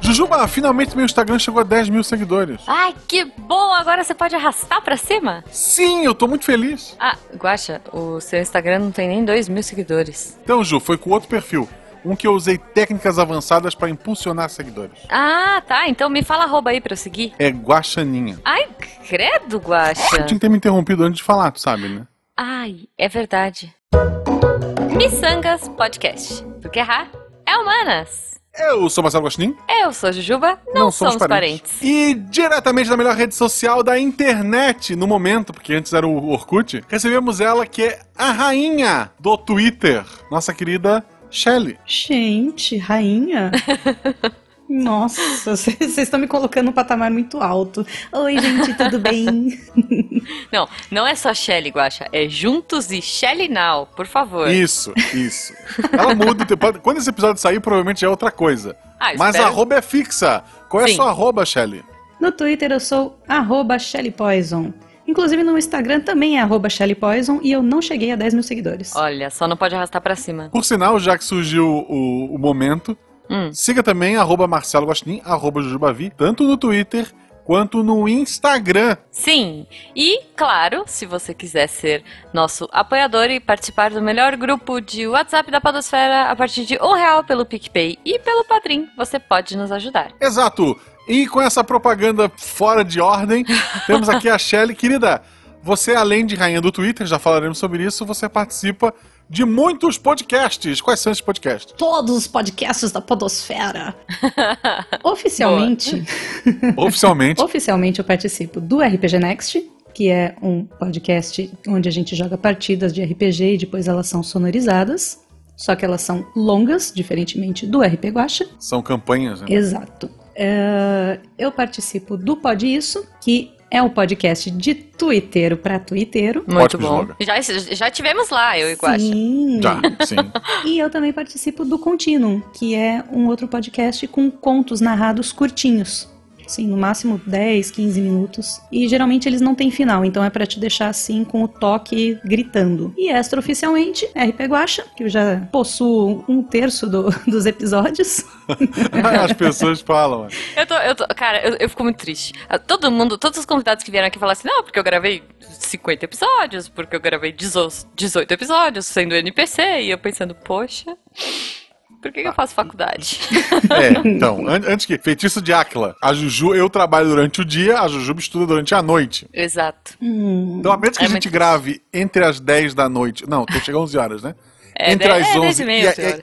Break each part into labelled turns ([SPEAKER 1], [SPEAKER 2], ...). [SPEAKER 1] Jujuba, finalmente meu Instagram chegou a 10 mil seguidores.
[SPEAKER 2] Ai, que bom! Agora você pode arrastar pra cima?
[SPEAKER 1] Sim, eu tô muito feliz.
[SPEAKER 2] Ah, Guaxa, o seu Instagram não tem nem 2 mil seguidores.
[SPEAKER 1] Então, Ju, foi com outro perfil. Um que eu usei técnicas avançadas pra impulsionar seguidores.
[SPEAKER 2] Ah, tá. Então me fala arroba aí pra eu seguir.
[SPEAKER 1] É Guaxaninha.
[SPEAKER 2] Ai, credo,
[SPEAKER 1] Eu tinha
[SPEAKER 2] Guaxa.
[SPEAKER 1] que ter me interrompido antes de falar, tu sabe, né?
[SPEAKER 2] Ai, é verdade. Missangas Podcast. Porque errar é humanas.
[SPEAKER 1] Eu sou Marcelo Guaxinim.
[SPEAKER 2] Eu sou a Jujuba, não, somos, parentes.
[SPEAKER 1] E diretamente da melhor rede social da internet no momento, porque antes era o Orkut, recebemos ela que é a rainha do Twitter, nossa querida Shelley.
[SPEAKER 3] Gente, rainha? Nossa, vocês estão me colocando num patamar muito alto. Oi, gente, tudo bem?
[SPEAKER 2] Não, não é só Shelly, Guaxa. É Juntos e Shelly Now, por favor.
[SPEAKER 1] Isso, isso. Ela muda o tempo. Quando esse episódio sair, provavelmente é outra coisa.
[SPEAKER 2] Ah,
[SPEAKER 1] Mas a
[SPEAKER 2] espero-
[SPEAKER 1] arroba é fixa. Qual é a
[SPEAKER 2] Sim.
[SPEAKER 1] sua arroba, Shelley?
[SPEAKER 3] No Twitter eu sou arroba Shelly Poison. Inclusive no Instagram também é arroba Shelly Poison e eu não cheguei a 10 mil seguidores.
[SPEAKER 2] Olha, só não pode arrastar pra cima.
[SPEAKER 1] Por sinal, já que surgiu o, o momento,
[SPEAKER 2] Hum.
[SPEAKER 1] siga também arroba Marcelo Guaxinim, arroba Jujubavi, tanto no Twitter quanto no Instagram.
[SPEAKER 2] Sim, e claro, se você quiser ser nosso apoiador e participar do melhor grupo de WhatsApp da Podosfera a partir de um real pelo PicPay e pelo Padrim, você pode nos ajudar.
[SPEAKER 1] Exato! E com essa propaganda fora de ordem, temos aqui a Shelly. Querida, você, além de rainha do Twitter, já falaremos sobre isso, você participa de muitos podcasts. Quais são esses podcasts?
[SPEAKER 3] Todos os podcasts da Podosfera. Oficialmente,
[SPEAKER 1] Oficialmente.
[SPEAKER 3] oficialmente eu participo do RPG Next, que é um podcast onde a gente joga partidas de RPG e depois elas são sonorizadas. Só que elas são longas, diferentemente do RP Guacha.
[SPEAKER 1] São
[SPEAKER 2] Tá
[SPEAKER 1] campanhas, né?
[SPEAKER 3] Exato. É, eu participo do Pod Isso, que é um podcast de Twitter para Twitter.
[SPEAKER 2] Muito
[SPEAKER 1] Ótimo
[SPEAKER 2] bom.
[SPEAKER 1] slogan.
[SPEAKER 2] Já, já tivemos lá, eu e Guaxa.
[SPEAKER 3] Sim.
[SPEAKER 1] Já, sim.
[SPEAKER 3] E eu também participo do Continuum, que é um outro podcast com contos narrados curtinhos. Sim, no máximo 10, 15 minutos. E geralmente eles não têm final, então é pra te deixar assim com o toque gritando. E extraoficialmente, RP Guacha, que eu já possuo um terço do- dos episódios.
[SPEAKER 1] As pessoas falam. né?
[SPEAKER 2] Eu tô, eu tô, cara, eu, eu fico muito triste. Ah, Todo mundo, todos os convidados que vieram aqui falaram assim, não, porque eu gravei 50 episódios, porque eu gravei 18 18 episódios sendo NPC, e eu pensando, poxa, por
[SPEAKER 1] Ah,
[SPEAKER 2] que, que eu faço faculdade?
[SPEAKER 1] É, então, an- antes que. Feitiço de Áquila. A Juju, eu trabalho durante o dia, a Jujuba estuda durante a noite.
[SPEAKER 2] Exato.
[SPEAKER 3] Hum,
[SPEAKER 1] Então, a menos que
[SPEAKER 2] É
[SPEAKER 1] a gente
[SPEAKER 2] muito
[SPEAKER 1] grave entre as 10 da noite. Não, tô chegando às 11 horas, né?
[SPEAKER 2] É,
[SPEAKER 1] entre
[SPEAKER 2] dez-
[SPEAKER 1] as
[SPEAKER 2] é, dez
[SPEAKER 1] 11
[SPEAKER 2] e meia,
[SPEAKER 1] e a-
[SPEAKER 2] senhora.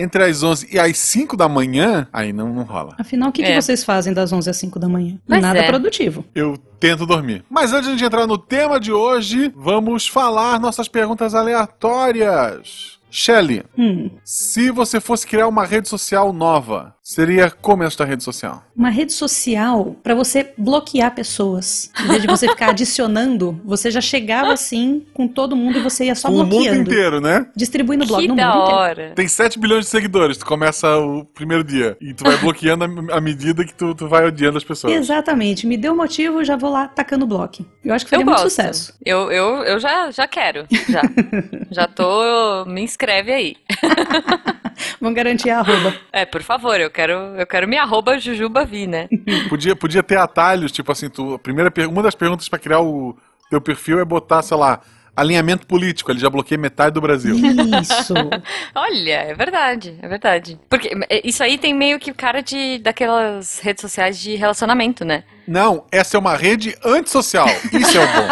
[SPEAKER 1] Entre as 11 e as 5 da manhã, aí não, não rola.
[SPEAKER 3] Afinal, o que, que
[SPEAKER 2] É.
[SPEAKER 3] vocês fazem das 11 às 5 da manhã?
[SPEAKER 2] Pois
[SPEAKER 3] Nada
[SPEAKER 2] é.
[SPEAKER 3] produtivo.
[SPEAKER 1] Eu tento dormir. Mas antes de a gente entrar no tema de hoje, vamos falar nossas perguntas aleatórias. Shelley,
[SPEAKER 3] Hum,
[SPEAKER 1] se você fosse criar uma rede social nova, seria como esta rede social?
[SPEAKER 3] uma rede social pra você bloquear pessoas. Em vez de você ficar adicionando, você já chegava assim com todo mundo e você ia só
[SPEAKER 1] Com o mundo
[SPEAKER 3] bloqueando.
[SPEAKER 1] inteiro, né?
[SPEAKER 3] Distribuindo blog
[SPEAKER 2] Que
[SPEAKER 3] no
[SPEAKER 2] da
[SPEAKER 3] mundo inteiro.
[SPEAKER 2] hora.
[SPEAKER 1] Tem 7 bilhões de seguidores, tu começa o primeiro dia. E tu vai bloqueando à à medida que tu, tu vai odiando as pessoas.
[SPEAKER 3] Exatamente. Me deu motivo, já vou lá tacando bloco. Eu acho que
[SPEAKER 2] Eu
[SPEAKER 3] faria muito
[SPEAKER 2] gosto.
[SPEAKER 3] sucesso.
[SPEAKER 2] Eu, eu, eu já, já quero. Já. já tô. Me inscreve aí.
[SPEAKER 3] Vamos garantir a arroba.
[SPEAKER 2] É, por favor, eu quero, eu quero me arroba Jujubavi, né?
[SPEAKER 1] Podia, podia ter atalhos, tipo assim, tu, a primeira, per- uma das perguntas pra criar o teu perfil é botar, sei lá, alinhamento político. Ele já bloqueia metade do Brasil.
[SPEAKER 3] Isso.
[SPEAKER 2] Olha, é verdade, é verdade. Porque é, isso aí tem meio que cara de daquelas redes sociais de relacionamento, né?
[SPEAKER 1] Não, essa é uma rede antissocial. Isso é o bom.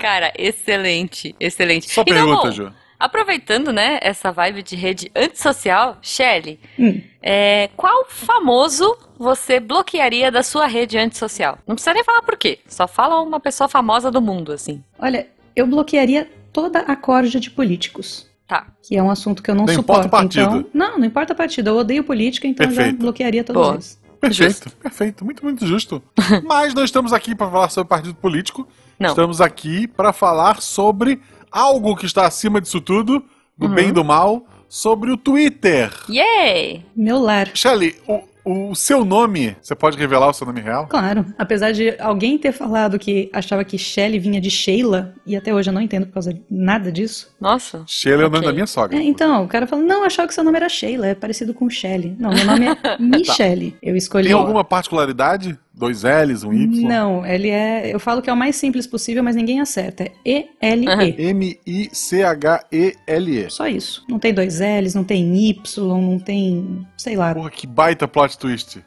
[SPEAKER 2] Cara, excelente, excelente.
[SPEAKER 1] Só
[SPEAKER 2] Então,
[SPEAKER 1] pergunta,
[SPEAKER 2] bom,
[SPEAKER 1] Ju.
[SPEAKER 2] Aproveitando, né, essa vibe de rede antissocial, Shelly,
[SPEAKER 3] Hum.
[SPEAKER 2] é, qual famoso você bloquearia da sua rede antissocial? Não precisa nem falar por quê, só fala uma pessoa famosa do mundo, assim.
[SPEAKER 3] Olha, eu bloquearia toda a corja de políticos.
[SPEAKER 2] Tá.
[SPEAKER 3] Que é um assunto que eu não,
[SPEAKER 1] Não importa
[SPEAKER 3] suporto.
[SPEAKER 1] o
[SPEAKER 3] Então,
[SPEAKER 1] partido.
[SPEAKER 3] não, não importa a partida. Eu odeio política, então eu já
[SPEAKER 1] Perfeito.
[SPEAKER 3] bloquearia todos
[SPEAKER 2] Boa.
[SPEAKER 3] eles.
[SPEAKER 1] Perfeito,
[SPEAKER 2] Justo.
[SPEAKER 1] perfeito. Muito, muito justo. Mas não estamos aqui para falar sobre partido político.
[SPEAKER 2] Não.
[SPEAKER 1] Estamos aqui para falar sobre algo que está acima disso tudo, do
[SPEAKER 2] Uhum.
[SPEAKER 1] bem e do mal, sobre o Twitter.
[SPEAKER 2] Yay!
[SPEAKER 3] Meu lar.
[SPEAKER 1] Shelley, o, o seu nome, você pode revelar o seu nome real?
[SPEAKER 3] Claro, apesar de alguém ter falado que achava que Shelley vinha de Sheila, e até hoje eu não entendo por causa de nada disso.
[SPEAKER 2] Nossa.
[SPEAKER 1] Sheila é o nome
[SPEAKER 2] Ok.
[SPEAKER 1] da minha sogra.
[SPEAKER 3] É, então, o cara falou, não, eu achava que seu nome era Sheila, é parecido com Shelley. Não, meu nome é Michelle. Eu escolhi...
[SPEAKER 1] Tá. Tem alguma particularidade? Dois L's, um Y?
[SPEAKER 3] Não, ele é... Eu falo que é o mais simples possível, mas ninguém acerta. É E-L-E.
[SPEAKER 1] M-I-C-H-E-L-E.
[SPEAKER 3] Só isso. Não tem dois L's, não tem Y, não tem... Sei lá.
[SPEAKER 1] Porra, que baita plot twist.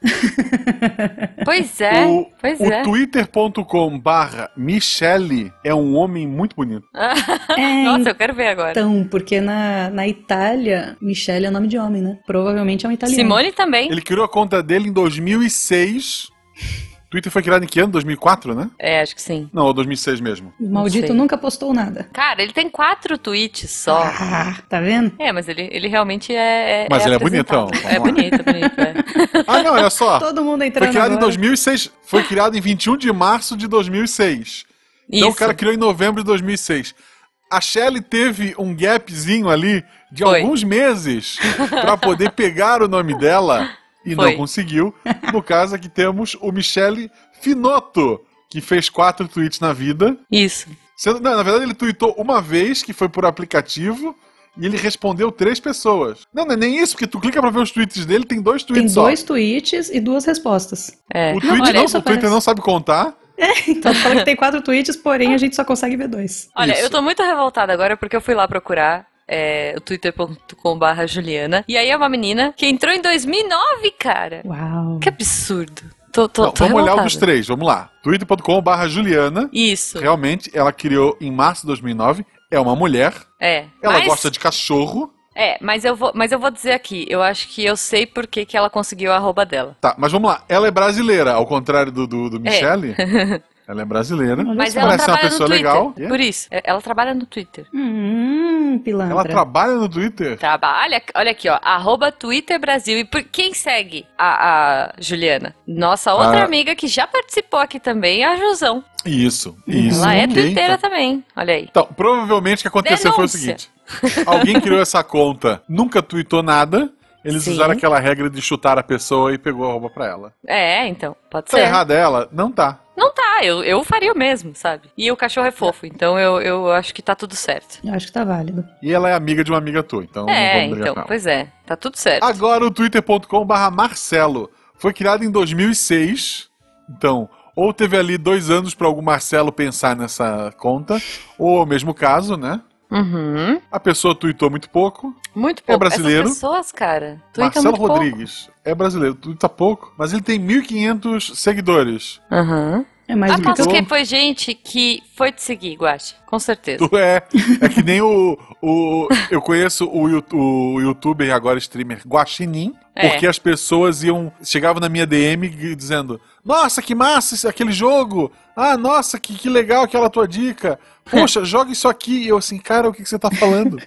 [SPEAKER 2] Pois é,
[SPEAKER 1] O-
[SPEAKER 2] pois
[SPEAKER 1] O
[SPEAKER 2] é.
[SPEAKER 1] twitter.com barra Michele é um homem muito bonito.
[SPEAKER 3] É,
[SPEAKER 2] Nossa, eu quero ver agora.
[SPEAKER 3] então, porque na, na Itália, Michelle é nome de homem, né? Provavelmente é um italiano.
[SPEAKER 2] Simone também.
[SPEAKER 1] Ele criou a conta dele em 2006. O Twitter foi criado em que ano? 2004, né?
[SPEAKER 2] É, acho que sim.
[SPEAKER 1] Não, 2006 mesmo.
[SPEAKER 3] O maldito
[SPEAKER 2] sei.
[SPEAKER 3] nunca postou nada.
[SPEAKER 2] Cara, ele tem quatro tweets só.
[SPEAKER 3] Ah, tá vendo?
[SPEAKER 2] É, mas ele, ele realmente é. é
[SPEAKER 1] Mas ele é
[SPEAKER 2] apresentado.
[SPEAKER 1] bonitão,
[SPEAKER 2] É
[SPEAKER 1] vamos lá.
[SPEAKER 2] bonito, é bonito. é.
[SPEAKER 1] Ah, não, olha só.
[SPEAKER 3] Todo mundo
[SPEAKER 1] Foi
[SPEAKER 3] entrando
[SPEAKER 1] criado em
[SPEAKER 3] agora.
[SPEAKER 1] 2006. Foi criado em 21 de março de 2006. Então o
[SPEAKER 2] Isso.
[SPEAKER 1] cara criou em novembro de 2006. A Shelley teve um gapzinho ali de
[SPEAKER 2] Foi.
[SPEAKER 1] alguns meses pra poder pegar o nome dela e
[SPEAKER 2] Foi.
[SPEAKER 1] não conseguiu. No caso aqui temos o Michele Finotto, que fez quatro tweets na vida.
[SPEAKER 2] Isso.
[SPEAKER 1] Sendo- não, na verdade, ele tweetou uma vez, que foi por aplicativo, e ele respondeu três pessoas. Não, não é nem isso, porque tu clica pra ver os tweets dele, tem dois
[SPEAKER 3] Tem
[SPEAKER 1] tweets só.
[SPEAKER 3] dois tweets e duas respostas.
[SPEAKER 2] É.
[SPEAKER 1] O, tweet
[SPEAKER 2] olha,
[SPEAKER 1] não,
[SPEAKER 3] isso
[SPEAKER 1] o Twitter
[SPEAKER 3] parece.
[SPEAKER 1] não sabe contar.
[SPEAKER 3] Então tu fala que tem quatro tweets, porém a gente só consegue ver dois.
[SPEAKER 2] Olha,
[SPEAKER 1] Isso.
[SPEAKER 2] eu tô muito revoltada agora porque eu fui lá procurar é, o twitter.com.br Juliana. E aí é uma menina que entrou em 2009, cara.
[SPEAKER 3] Uau.
[SPEAKER 2] Que absurdo. Tô, tô, tá
[SPEAKER 1] Não,
[SPEAKER 2] tô
[SPEAKER 1] vamos olhar
[SPEAKER 2] revoltada.
[SPEAKER 1] o dos três, vamos lá. twitter.com.br Juliana.
[SPEAKER 2] Isso,
[SPEAKER 1] Realmente, ela criou em março de 2009. É uma mulher.
[SPEAKER 2] é.
[SPEAKER 1] Ela
[SPEAKER 2] mas,
[SPEAKER 1] gosta de cachorro.
[SPEAKER 2] É, mas eu, vou, mas eu vou dizer aqui. Eu acho que eu sei por que, que ela conseguiu a arroba dela.
[SPEAKER 1] Tá, mas vamos lá. Ela é brasileira, ao contrário do, do,
[SPEAKER 2] É.
[SPEAKER 1] do Michele. Ela é brasileira.
[SPEAKER 3] Olha
[SPEAKER 2] Mas
[SPEAKER 3] só.
[SPEAKER 2] ela
[SPEAKER 1] Parece uma
[SPEAKER 2] trabalha no
[SPEAKER 1] pessoa
[SPEAKER 2] Twitter.
[SPEAKER 1] legal. É.
[SPEAKER 2] Por isso. É, Ela trabalha no Twitter.
[SPEAKER 3] Hum, pilantra.
[SPEAKER 1] Ela trabalha no Twitter.
[SPEAKER 2] Trabalha, olha aqui, ó, arroba Twitter Brasil. E por quem segue a, a Juliana? Nossa outra
[SPEAKER 1] Ah.
[SPEAKER 2] amiga que já participou aqui também, a Josão.
[SPEAKER 1] Isso, isso.
[SPEAKER 2] Ela é
[SPEAKER 1] ok,
[SPEAKER 2] twitteira
[SPEAKER 1] tá.
[SPEAKER 2] também, olha aí.
[SPEAKER 1] Então, provavelmente o que aconteceu
[SPEAKER 2] Denúncia.
[SPEAKER 1] foi o seguinte: alguém criou essa conta, nunca tweetou nada. Eles
[SPEAKER 2] Sim.
[SPEAKER 1] usaram aquela regra de chutar a pessoa e pegou a roupa pra ela.
[SPEAKER 2] É, então, pode
[SPEAKER 1] Tá
[SPEAKER 2] ser.
[SPEAKER 1] errada ela? Não tá.
[SPEAKER 2] Não tá, eu, eu faria o mesmo, sabe? E o cachorro é fofo, então eu, eu acho que tá tudo certo.
[SPEAKER 3] Eu acho que tá válido.
[SPEAKER 1] E ela é amiga de uma amiga tua, então não
[SPEAKER 2] é,
[SPEAKER 1] vamos brigar
[SPEAKER 2] então,
[SPEAKER 1] com ela.
[SPEAKER 2] pois é, tá tudo certo.
[SPEAKER 1] Agora o twitter.com/barra Marcelo foi criado em 2006. Então, ou teve ali dois anos pra algum Marcelo pensar nessa conta, ou é o mesmo caso, né?
[SPEAKER 2] Uhum.
[SPEAKER 1] A pessoa tweetou muito pouco.
[SPEAKER 2] Muito pouco.
[SPEAKER 1] brasileiro.
[SPEAKER 2] Essas pessoas, cara, tweetam
[SPEAKER 1] Marcelo
[SPEAKER 2] muito pouco.
[SPEAKER 1] Rodrigues é brasileiro, tuita pouco, mas ele tem 1.500 seguidores.
[SPEAKER 2] Aham.
[SPEAKER 3] É mais do que
[SPEAKER 2] Aposto
[SPEAKER 3] eu...
[SPEAKER 2] que foi gente que foi te seguir, Guache, com certeza.
[SPEAKER 1] Tu é, é que nem o, o eu conheço o, Yu- o youtuber e agora streamer Guaxinim,
[SPEAKER 2] É.
[SPEAKER 1] porque as pessoas iam chegavam na minha DM gri- dizendo: "Nossa, que massa esse- aquele jogo! Ah, nossa, que, que legal aquela tua dica! Poxa, joga isso aqui". E eu assim: "Cara, o que que você tá falando?"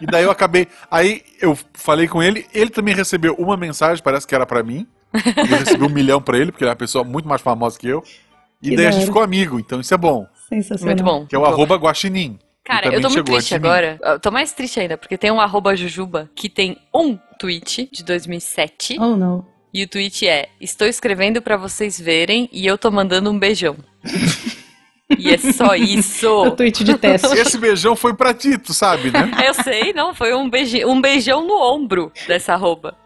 [SPEAKER 1] E daí eu acabei. Aí eu falei com ele, ele também recebeu uma mensagem, parece que era pra mim. E eu recebi um milhão pra ele, porque ele é uma pessoa muito mais famosa que eu. E
[SPEAKER 3] Que
[SPEAKER 1] daí a
[SPEAKER 3] da
[SPEAKER 1] gente
[SPEAKER 3] hora.
[SPEAKER 1] ficou amigo, então isso é bom.
[SPEAKER 3] Sensacional.
[SPEAKER 2] Muito bom.
[SPEAKER 1] Que é o
[SPEAKER 2] muito bom.
[SPEAKER 1] arroba guaxinim. que
[SPEAKER 2] Cara,
[SPEAKER 1] também
[SPEAKER 2] eu tô muito
[SPEAKER 1] chegou
[SPEAKER 2] triste
[SPEAKER 1] antes de mim.
[SPEAKER 2] agora. Eu tô mais triste ainda, porque tem um arroba Jujuba que tem um tweet de 2007.
[SPEAKER 3] Oh, não.
[SPEAKER 2] E o tweet é: Estou escrevendo pra vocês verem e eu tô mandando um beijão. e é só
[SPEAKER 3] O
[SPEAKER 2] isso.
[SPEAKER 3] tweet de teste.
[SPEAKER 1] Esse beijão foi pra ti, tu sabe, né?
[SPEAKER 2] Eu sei, não, foi um, beije, um beijão no ombro dessa arroba.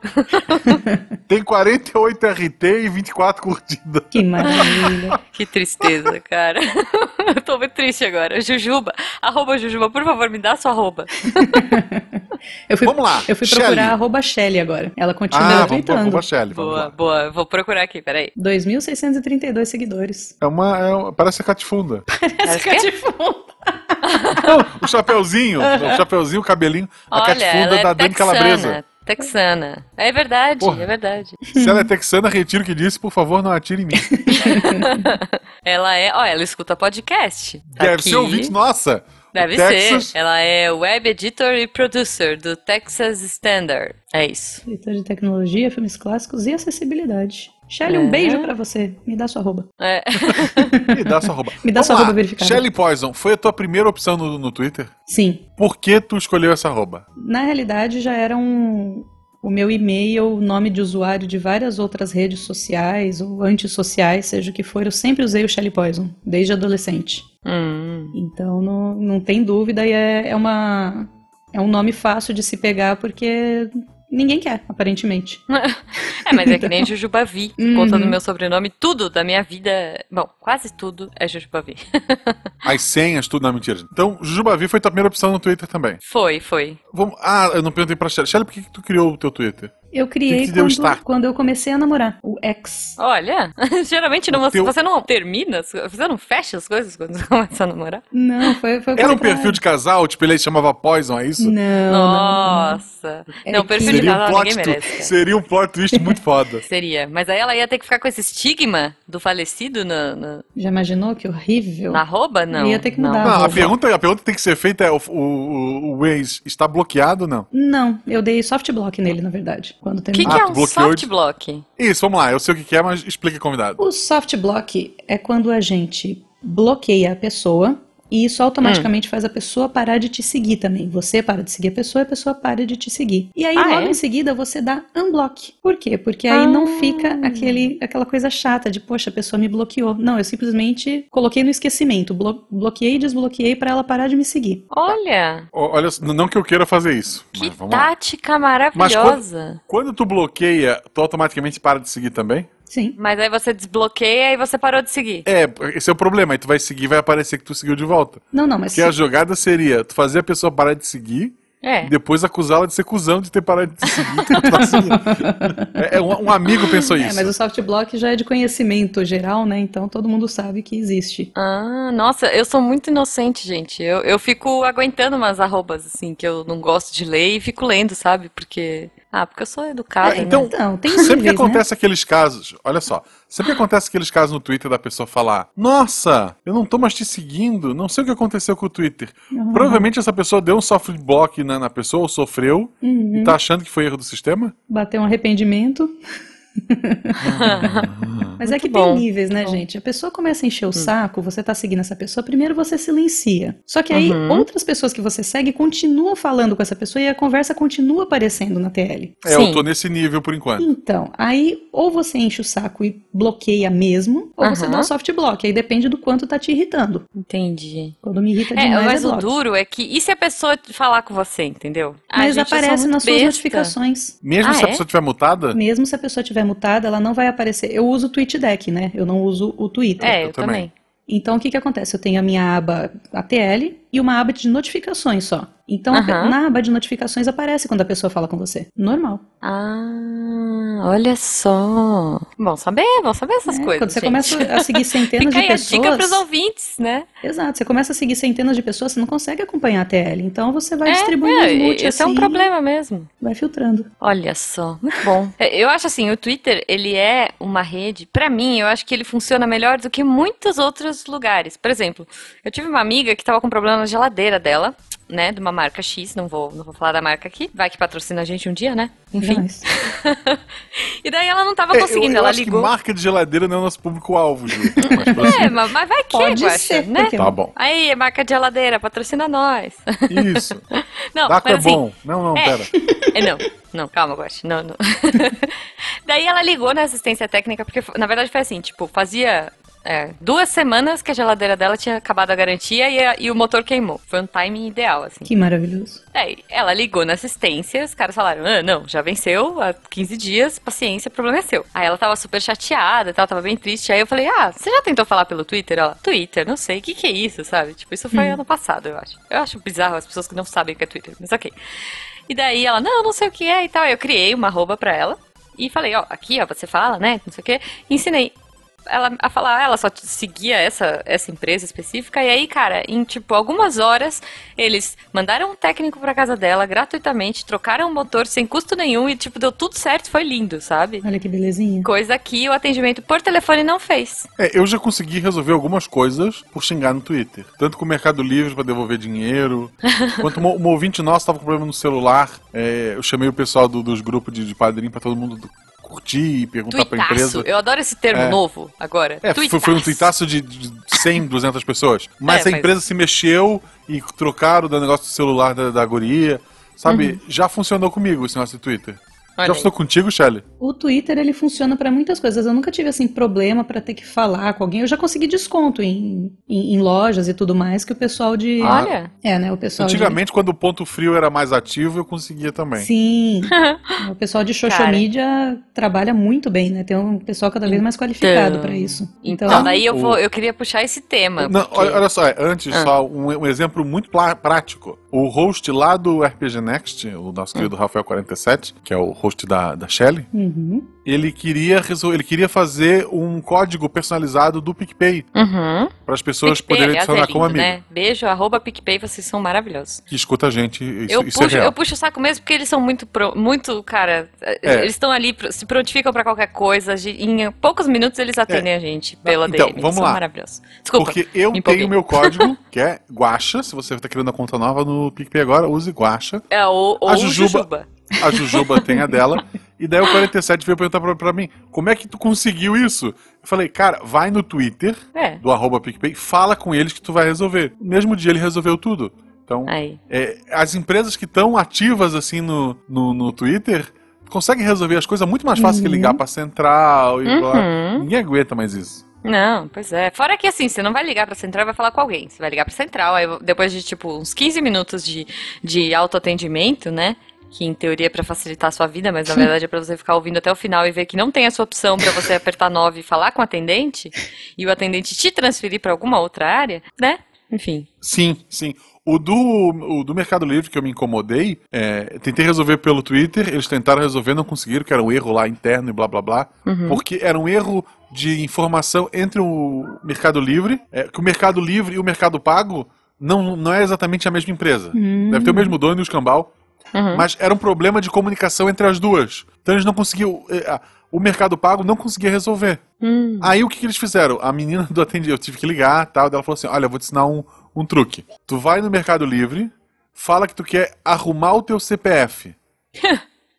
[SPEAKER 1] Tem 48 RT e 24 curtidas.
[SPEAKER 3] que maravilha.
[SPEAKER 2] Que tristeza, cara. eu tô muito triste agora. Jujuba, arroba Jujuba, por favor, me dá sua arroba.
[SPEAKER 3] Eu fui,
[SPEAKER 1] Vamos lá,
[SPEAKER 3] Eu fui
[SPEAKER 1] Shelley.
[SPEAKER 3] procurar a arroba Shelly agora. Ela continua
[SPEAKER 1] Ah, vamos pra
[SPEAKER 3] tweetando.
[SPEAKER 1] arroba Shelly. vamos
[SPEAKER 2] Boa,
[SPEAKER 1] lá.
[SPEAKER 2] boa. Vou procurar aqui, peraí.
[SPEAKER 3] 2.632 seguidores.
[SPEAKER 1] É uma, é uma- Parece a catifunda.
[SPEAKER 2] Parece que é
[SPEAKER 3] Catifunda.
[SPEAKER 1] Não, o chapeuzinho. o chapeuzinho, o cabelinho. A
[SPEAKER 2] Olha, ela
[SPEAKER 1] catifunda
[SPEAKER 2] é
[SPEAKER 1] da Dani
[SPEAKER 2] texana,
[SPEAKER 1] Calabresa.
[SPEAKER 2] Texana. É verdade,
[SPEAKER 1] Porra.
[SPEAKER 2] é verdade.
[SPEAKER 1] Se ela é texana, retiro o que disse, por favor, não atire em mim.
[SPEAKER 2] Ela é. Ó, ela escuta podcast. Tá
[SPEAKER 1] Deve
[SPEAKER 2] aqui.
[SPEAKER 1] ser ouvinte, nossa.
[SPEAKER 2] Deve
[SPEAKER 1] o Texas,
[SPEAKER 2] ser. Ela é web editor e producer do Texas Standard. É isso.
[SPEAKER 3] Leitor de tecnologia, filmes clássicos e acessibilidade. Shelly,
[SPEAKER 2] É.
[SPEAKER 3] um beijo pra você. Me dá sua arroba.
[SPEAKER 2] É.
[SPEAKER 1] Me dá sua arroba.
[SPEAKER 3] Me dá
[SPEAKER 1] Vamos
[SPEAKER 3] sua
[SPEAKER 1] lá.
[SPEAKER 3] arroba verificada.
[SPEAKER 1] Shelley Poison, foi a tua primeira opção no, no Twitter?
[SPEAKER 3] Sim.
[SPEAKER 1] Por que tu escolheu essa arroba?
[SPEAKER 3] Na realidade, já era um, o meu e-mail, o nome de usuário de várias outras redes sociais ou antissociais, seja o que for, eu sempre usei o Shelly Poison, desde adolescente.
[SPEAKER 2] Hum.
[SPEAKER 3] Então não, não tem dúvida e é, é uma é um nome fácil de se pegar porque ninguém quer, aparentemente.
[SPEAKER 2] É, mas é que nem Jujubavi.
[SPEAKER 3] Uhum.
[SPEAKER 2] Contando meu sobrenome, tudo da minha vida. é- Bom, quase tudo é Jujubavi.
[SPEAKER 1] As senhas, tudo na mentira. Então, Jujubavi foi tua primeira opção no Twitter também.
[SPEAKER 2] Foi, foi.
[SPEAKER 1] Vamos... Ah, eu não perguntei pra Shelly. Shelly, por que, que tu criou o teu Twitter?
[SPEAKER 3] Eu criei
[SPEAKER 1] que deu um
[SPEAKER 3] quando,
[SPEAKER 1] start?
[SPEAKER 3] quando eu comecei a namorar, o ex.
[SPEAKER 2] Olha, geralmente não,
[SPEAKER 1] O
[SPEAKER 2] você,
[SPEAKER 1] teu-
[SPEAKER 2] você não termina, as co- você não fecha as coisas quando você começa a namorar.
[SPEAKER 3] Não, foi, foi o
[SPEAKER 1] Era um
[SPEAKER 3] contrário.
[SPEAKER 1] perfil de casal, tipo, ele chamava Poison, é isso?
[SPEAKER 3] Não, não, não.
[SPEAKER 2] Nossa.
[SPEAKER 3] É
[SPEAKER 2] Não,
[SPEAKER 3] que-
[SPEAKER 2] perfil de
[SPEAKER 1] Seria um,
[SPEAKER 2] casal ninguém
[SPEAKER 1] plot tu-
[SPEAKER 2] merece. cara.
[SPEAKER 1] Seria um plot twist muito foda.
[SPEAKER 2] Seria. Mas aí ela ia ter que ficar com esse estigma do falecido na, na,
[SPEAKER 3] Já imaginou que horrível?
[SPEAKER 2] na arroba? Não.
[SPEAKER 3] Ia ter que
[SPEAKER 2] não.
[SPEAKER 3] mudar.
[SPEAKER 1] Não, a
[SPEAKER 3] Arroba.
[SPEAKER 1] pergunta, a pergunta que tem que ser feita é: o, o, o- o ex está bloqueado ou não?
[SPEAKER 3] Não, eu dei soft block nele, na verdade, quando
[SPEAKER 2] O que,
[SPEAKER 3] terminou.
[SPEAKER 2] que é
[SPEAKER 1] Ah, tu
[SPEAKER 2] um
[SPEAKER 1] bloqueou
[SPEAKER 2] soft
[SPEAKER 1] de-
[SPEAKER 2] block?
[SPEAKER 1] Isso, vamos lá, eu sei o que que é, mas explica, convidado.
[SPEAKER 3] O soft block é quando a gente bloqueia a pessoa e isso
[SPEAKER 2] Hum.
[SPEAKER 3] automaticamente faz a pessoa parar de te seguir também. Você para de seguir a pessoa, a pessoa para de te seguir. E aí
[SPEAKER 2] Ah,
[SPEAKER 3] logo
[SPEAKER 2] é?
[SPEAKER 3] em seguida você dá unblock. Por quê? Porque aí não fica
[SPEAKER 2] Ah.
[SPEAKER 3] aquele aquela coisa chata de, poxa, a pessoa me bloqueou. Não, eu simplesmente coloquei no esquecimento, blo- bloqueei e desbloqueei para ela parar de me seguir.
[SPEAKER 2] Olha,
[SPEAKER 1] O- Olha, não que eu queira fazer isso.
[SPEAKER 2] que tá-
[SPEAKER 1] mas vamos lá.
[SPEAKER 2] tática maravilhosa.
[SPEAKER 1] Quando tu bloqueia, tu automaticamente para de seguir também?
[SPEAKER 3] Sim.
[SPEAKER 2] Mas aí você desbloqueia e você parou de seguir.
[SPEAKER 1] É, esse é o problema. Aí tu vai seguir vai aparecer que tu seguiu de volta.
[SPEAKER 3] Não, não, mas
[SPEAKER 1] Porque a jogada seria tu fazer a pessoa parar de seguir
[SPEAKER 2] É.
[SPEAKER 1] e depois acusá-la de ser cuzão de ter parado de te seguir. porque tu tá seguindo. é, é, um, um amigo pensou
[SPEAKER 3] É,
[SPEAKER 1] isso.
[SPEAKER 3] mas o soft block já é de conhecimento geral, né? Então todo mundo sabe que existe.
[SPEAKER 2] Ah, nossa, eu sou muito inocente, gente. Eu, eu fico aguentando umas arrobas, assim, que eu não gosto de ler e fico lendo, sabe? Porque. Ah, porque eu sou educada,
[SPEAKER 1] É, então-
[SPEAKER 2] né?
[SPEAKER 3] Então, tem
[SPEAKER 1] Sempre que
[SPEAKER 3] níveis, né?
[SPEAKER 1] acontece aqueles casos, olha só, sempre que acontece aqueles casos no Twitter da pessoa falar: Nossa, eu não tô mais te seguindo, não sei o que aconteceu com o Twitter.
[SPEAKER 2] Uhum.
[SPEAKER 1] Provavelmente essa pessoa deu um soft block na, na pessoa, ou sofreu,
[SPEAKER 3] Uhum.
[SPEAKER 1] e tá achando que foi erro do sistema?
[SPEAKER 3] Bateu um arrependimento. Mas é que
[SPEAKER 2] bom,
[SPEAKER 3] tem níveis, né,
[SPEAKER 2] bom. Hum.
[SPEAKER 3] gente? A pessoa começa a encher o saco, você tá seguindo essa pessoa, primeiro você silencia. Só que aí
[SPEAKER 2] Uhum.
[SPEAKER 3] outras pessoas que você segue continuam falando com essa pessoa e a conversa continua aparecendo na TL.
[SPEAKER 1] É,
[SPEAKER 2] Sim. Uhum.
[SPEAKER 1] eu tô nesse nível por enquanto.
[SPEAKER 3] Então, aí ou você enche o saco e bloqueia mesmo, ou você
[SPEAKER 2] Aham.
[SPEAKER 3] dá um soft block. Aí depende do quanto tá te irritando.
[SPEAKER 2] Entendi.
[SPEAKER 3] Quando me irrita
[SPEAKER 2] É,
[SPEAKER 3] demais, é
[SPEAKER 2] mas o
[SPEAKER 3] block.
[SPEAKER 2] duro é que. E se a pessoa falar com você, entendeu? Ah,
[SPEAKER 3] Mas
[SPEAKER 2] gente, eu sou
[SPEAKER 3] aparece
[SPEAKER 2] muito
[SPEAKER 3] nas suas
[SPEAKER 2] besta.
[SPEAKER 3] notificações.
[SPEAKER 1] Mesmo
[SPEAKER 2] Ah,
[SPEAKER 1] se a
[SPEAKER 2] é?
[SPEAKER 1] pessoa tiver mutada,
[SPEAKER 3] Mesmo se a pessoa tiver mutada, ela não vai aparecer. Eu uso o Tweet Deck, né? Eu não uso o Twitter.
[SPEAKER 2] É,
[SPEAKER 1] Eu
[SPEAKER 2] eu também.
[SPEAKER 3] Então, o que que acontece? Eu tenho a minha aba ATL e uma aba de notificações só. Então, a pe-
[SPEAKER 2] Aham.
[SPEAKER 3] na aba de notificações aparece quando a pessoa fala com você. Normal.
[SPEAKER 2] Ah, olha só. Bom saber, bom saber essas
[SPEAKER 3] né?
[SPEAKER 2] coisas.
[SPEAKER 3] Quando você
[SPEAKER 2] gente.
[SPEAKER 3] começa a seguir centenas
[SPEAKER 2] Fica
[SPEAKER 3] de
[SPEAKER 2] aí a dica pros
[SPEAKER 3] pessoas.
[SPEAKER 2] ouvintes, né?
[SPEAKER 3] Exato, você começa a seguir centenas de pessoas, você não consegue acompanhar a ATL. Então, você vai
[SPEAKER 2] É,
[SPEAKER 3] distribuindo
[SPEAKER 2] é,
[SPEAKER 3] os mute
[SPEAKER 2] esse é um
[SPEAKER 3] assim,
[SPEAKER 2] problema mesmo.
[SPEAKER 3] vai filtrando.
[SPEAKER 2] Olha só, muito bom. É, Eu acho assim, o Twitter, ele é uma rede, pra mim, eu acho que ele funciona melhor do que muitos outros lugares. Por exemplo, eu tive uma amiga que tava com problema na geladeira dela, né, de uma marca X, não vou, não vou falar da marca aqui, vai que patrocina a gente um dia, né? Enfim.
[SPEAKER 3] Jamais.
[SPEAKER 2] E daí ela não tava
[SPEAKER 1] é, eu,
[SPEAKER 2] conseguindo,
[SPEAKER 1] eu
[SPEAKER 2] ela
[SPEAKER 1] acho
[SPEAKER 2] ligou.
[SPEAKER 1] que marca de geladeira não é o nosso público-alvo, Ju. Mas pra-
[SPEAKER 2] É, mas, mas vai que,
[SPEAKER 3] Pode
[SPEAKER 2] Guaxa,
[SPEAKER 3] ser,
[SPEAKER 2] né?
[SPEAKER 3] porque
[SPEAKER 1] Tá bom.
[SPEAKER 2] Aí, é marca de geladeira, patrocina nós.
[SPEAKER 1] Isso.
[SPEAKER 2] Não,
[SPEAKER 1] Daco é
[SPEAKER 2] mas assim,
[SPEAKER 1] bom. Não, não,
[SPEAKER 2] É.
[SPEAKER 1] pera.
[SPEAKER 2] É, não, não, calma, Guache, não, não. Daí ela ligou na assistência técnica, porque na verdade foi assim, tipo, fazia é, duas semanas que a geladeira dela tinha acabado a garantia e, a- e o motor queimou. Foi um timing ideal, assim.
[SPEAKER 3] Que maravilhoso.
[SPEAKER 2] Daí É, ela ligou na assistência, os caras falaram, ah, não, já venceu há 15 dias, paciência, o problema é seu. Aí ela tava super chateada e tal, tava bem triste. Aí eu falei, ah, você já tentou falar pelo Twitter? Ela, Twitter, não sei, o que que é isso, sabe? Tipo, isso foi ano passado, eu acho. Eu acho bizarro as pessoas que não sabem o que é Twitter, mas ok. E daí ela, não, não sei o que é e tal. Aí eu criei uma arroba pra ela e falei, ó, aqui, ó, você fala, né? Não sei o que. Ensinei ela a falar, ela só seguia essa, essa empresa específica. E aí, cara, em tipo algumas horas, eles mandaram um técnico pra casa dela gratuitamente, trocaram o motor sem custo nenhum e tipo deu tudo certo, foi lindo, sabe?
[SPEAKER 3] Olha que belezinha.
[SPEAKER 2] Coisa que o atendimento por telefone não fez.
[SPEAKER 1] É, eu já consegui resolver algumas coisas por xingar no Twitter. Tanto com o Mercado Livre pra devolver dinheiro, quanto uma, uma ouvinte nossa tava com problema no celular. É, eu chamei o pessoal do- dos grupos de, de padrinho pra todo mundo do- curtir e perguntar pra
[SPEAKER 2] Tuitaço.
[SPEAKER 1] empresa.
[SPEAKER 2] Eu adoro esse termo
[SPEAKER 1] É.
[SPEAKER 2] novo agora.
[SPEAKER 1] É, foi, foi um tuitaço de, de 100, 200 pessoas. Mas
[SPEAKER 2] É,
[SPEAKER 1] a empresa se mexeu e trocaram o negócio do celular da, da guria. Sabe, já funcionou comigo esse negócio de Twitter.
[SPEAKER 2] Uhum. Olha
[SPEAKER 1] Já
[SPEAKER 2] aí.
[SPEAKER 1] funcionou contigo, Shelly?
[SPEAKER 3] O Twitter ele funciona para muitas coisas. Eu nunca tive assim problema para ter que falar com alguém. Eu já consegui desconto em, em, em lojas e tudo mais que o pessoal de
[SPEAKER 1] Ah,
[SPEAKER 2] Olha.
[SPEAKER 3] é, né? O pessoal de-
[SPEAKER 1] Antigamente, quando o ponto frio era mais ativo, eu conseguia também.
[SPEAKER 3] Sim, o pessoal de social
[SPEAKER 2] Cara.
[SPEAKER 3] media trabalha muito bem, né? Tem um pessoal cada vez mais qualificado para isso.
[SPEAKER 2] Então,
[SPEAKER 1] Então,
[SPEAKER 2] daí eu,
[SPEAKER 1] o-
[SPEAKER 2] vou, eu queria puxar esse tema.
[SPEAKER 1] Não,
[SPEAKER 2] porque-
[SPEAKER 1] olha, olha só, é, antes,
[SPEAKER 2] Ah.
[SPEAKER 1] só um, um exemplo muito plá- prático. O host lá do RPG Next, o nosso
[SPEAKER 2] Hum.
[SPEAKER 1] querido Rafael47, que é o host da, da Shelly,
[SPEAKER 3] Uhum.
[SPEAKER 1] ele queria, resol- ele queria fazer um código personalizado do PicPay
[SPEAKER 2] Uhum.
[SPEAKER 1] para as pessoas
[SPEAKER 2] PicPay,
[SPEAKER 1] poderem
[SPEAKER 2] aliás, é
[SPEAKER 1] adicionar
[SPEAKER 2] lindo,
[SPEAKER 1] como amigo.
[SPEAKER 2] né? Beijo, arroba PicPay, vocês são maravilhosos.
[SPEAKER 1] Que escuta a gente, isso,
[SPEAKER 2] eu,
[SPEAKER 1] isso
[SPEAKER 2] puxo,
[SPEAKER 1] é real.
[SPEAKER 2] eu puxo o saco mesmo porque eles são muito, pro- muito cara. eh,
[SPEAKER 1] É.
[SPEAKER 2] Eles estão ali, pro- se prontificam pra qualquer coisa. ge- Em poucos minutos eles atendem a gente pela
[SPEAKER 1] Então,
[SPEAKER 2] DM.
[SPEAKER 1] vamos
[SPEAKER 2] são
[SPEAKER 1] lá.
[SPEAKER 2] maravilhosos. Desculpa.
[SPEAKER 1] Porque eu
[SPEAKER 2] me empolguei.
[SPEAKER 1] tenho meu código, que é Guacha. Se você está criando a conta nova no PicPay agora, use Guacha.
[SPEAKER 2] É, ou, ou
[SPEAKER 1] a
[SPEAKER 2] o
[SPEAKER 1] Jujuba-
[SPEAKER 2] Jujuba.
[SPEAKER 1] A Jujuba tem a dela. E daí o 47 veio perguntar pra, pra mim, como é que tu conseguiu isso? Eu falei, cara, vai no Twitter
[SPEAKER 2] É.
[SPEAKER 1] do arroba PicPay, fala com eles que tu vai resolver. No mesmo dia ele resolveu tudo. Então,
[SPEAKER 2] Aí.
[SPEAKER 1] é, as empresas que estão ativas assim no, no, no Twitter conseguem resolver as coisas muito mais fácil que
[SPEAKER 3] Uhum.
[SPEAKER 1] ligar pra central e blá.
[SPEAKER 2] Uhum.
[SPEAKER 1] Ninguém aguenta mais isso.
[SPEAKER 2] Não, pois é. Fora que assim, você não vai ligar pra central e vai falar com alguém. Você vai ligar pra central, aí depois de tipo uns 15 minutos de, de autoatendimento, né? Que em teoria é pra facilitar a sua vida, mas na verdade é pra você ficar ouvindo até o final e ver que não tem essa opção pra você apertar 9 e falar com o atendente, e o atendente te transferir pra alguma outra área, né? Enfim.
[SPEAKER 1] Sim, sim. O do, o do Mercado Livre que eu me incomodei, é, tentei resolver pelo Twitter, eles tentaram resolver, não conseguiram, que era um erro lá interno e blá blá blá.
[SPEAKER 2] Uhum.
[SPEAKER 1] Porque era um erro de informação entre o Mercado Livre, é, que o Mercado Livre e o Mercado Pago não, não é exatamente a mesma empresa.
[SPEAKER 3] Hum.
[SPEAKER 1] Deve ter o mesmo dono e o escambau,
[SPEAKER 2] Uhum.
[SPEAKER 1] mas era um problema de comunicação entre as duas. Então eles não conseguiam. é, a- O Mercado Pago não conseguia resolver.
[SPEAKER 2] Hum.
[SPEAKER 1] Uhum. Aí o que, que eles fizeram? A menina do atendimento, eu tive que ligar tal, daí ela falou assim: olha, eu vou te ensinar um, um truque. Tu vai no Mercado Livre, fala que tu quer arrumar o teu CPF.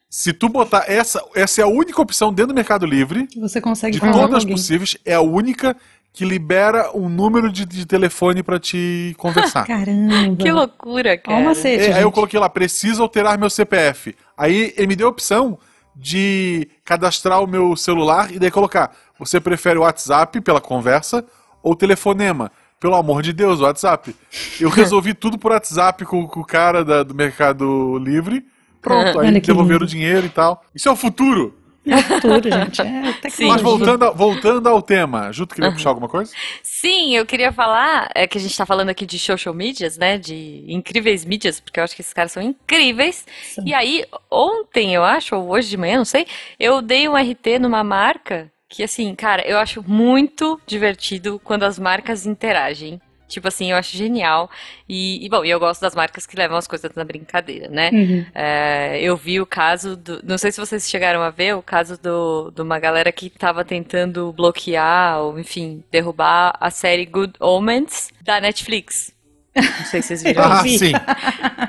[SPEAKER 1] Se tu botar essa, essa é a única opção dentro do Mercado Livre,
[SPEAKER 3] Você consegue
[SPEAKER 1] de
[SPEAKER 3] falar com
[SPEAKER 1] todas
[SPEAKER 3] alguém.
[SPEAKER 1] possíveis, é a única que libera um número de, de telefone pra te conversar.
[SPEAKER 3] Caramba.
[SPEAKER 2] Que loucura,
[SPEAKER 3] Ó o
[SPEAKER 2] cara.
[SPEAKER 1] É,
[SPEAKER 3] macete,
[SPEAKER 1] aí eu
[SPEAKER 3] gente.
[SPEAKER 1] coloquei lá, preciso alterar meu CPF. Aí ele me deu a opção de cadastrar o meu celular e daí colocar, você prefere o WhatsApp pela conversa ou telefonema? Pelo amor de Deus, o WhatsApp. Eu resolvi tudo por WhatsApp com, com o cara da- do Mercado Livre. Pronto, aí
[SPEAKER 3] É. Olha que
[SPEAKER 1] devolveram
[SPEAKER 3] lindo.
[SPEAKER 1] o dinheiro e tal. Isso é o futuro.
[SPEAKER 3] É futuro, gente. É tecnologia.
[SPEAKER 1] Mas voltando, a- voltando ao tema, Juto, queria puxar alguma coisa?
[SPEAKER 2] Sim, eu queria falar é, que a gente tá falando aqui de social medias, né? De incríveis mídias, porque eu acho que esses caras são incríveis.
[SPEAKER 3] São.
[SPEAKER 2] E aí, ontem, eu acho, ou hoje de manhã, não sei, eu dei um RT numa marca que, assim, cara, eu acho muito divertido quando as marcas interagem. Tipo assim, eu acho genial. E, e, bom, e eu gosto das marcas que levam as coisas na brincadeira, né?
[SPEAKER 3] Uhum.
[SPEAKER 2] É, eu vi o caso do. Não sei se vocês chegaram a ver o caso do, de uma galera que estava tentando bloquear ou, enfim, derrubar a série Good Omens da Netflix. Não sei se vocês viram.
[SPEAKER 1] Ah,
[SPEAKER 3] vi.
[SPEAKER 1] sim.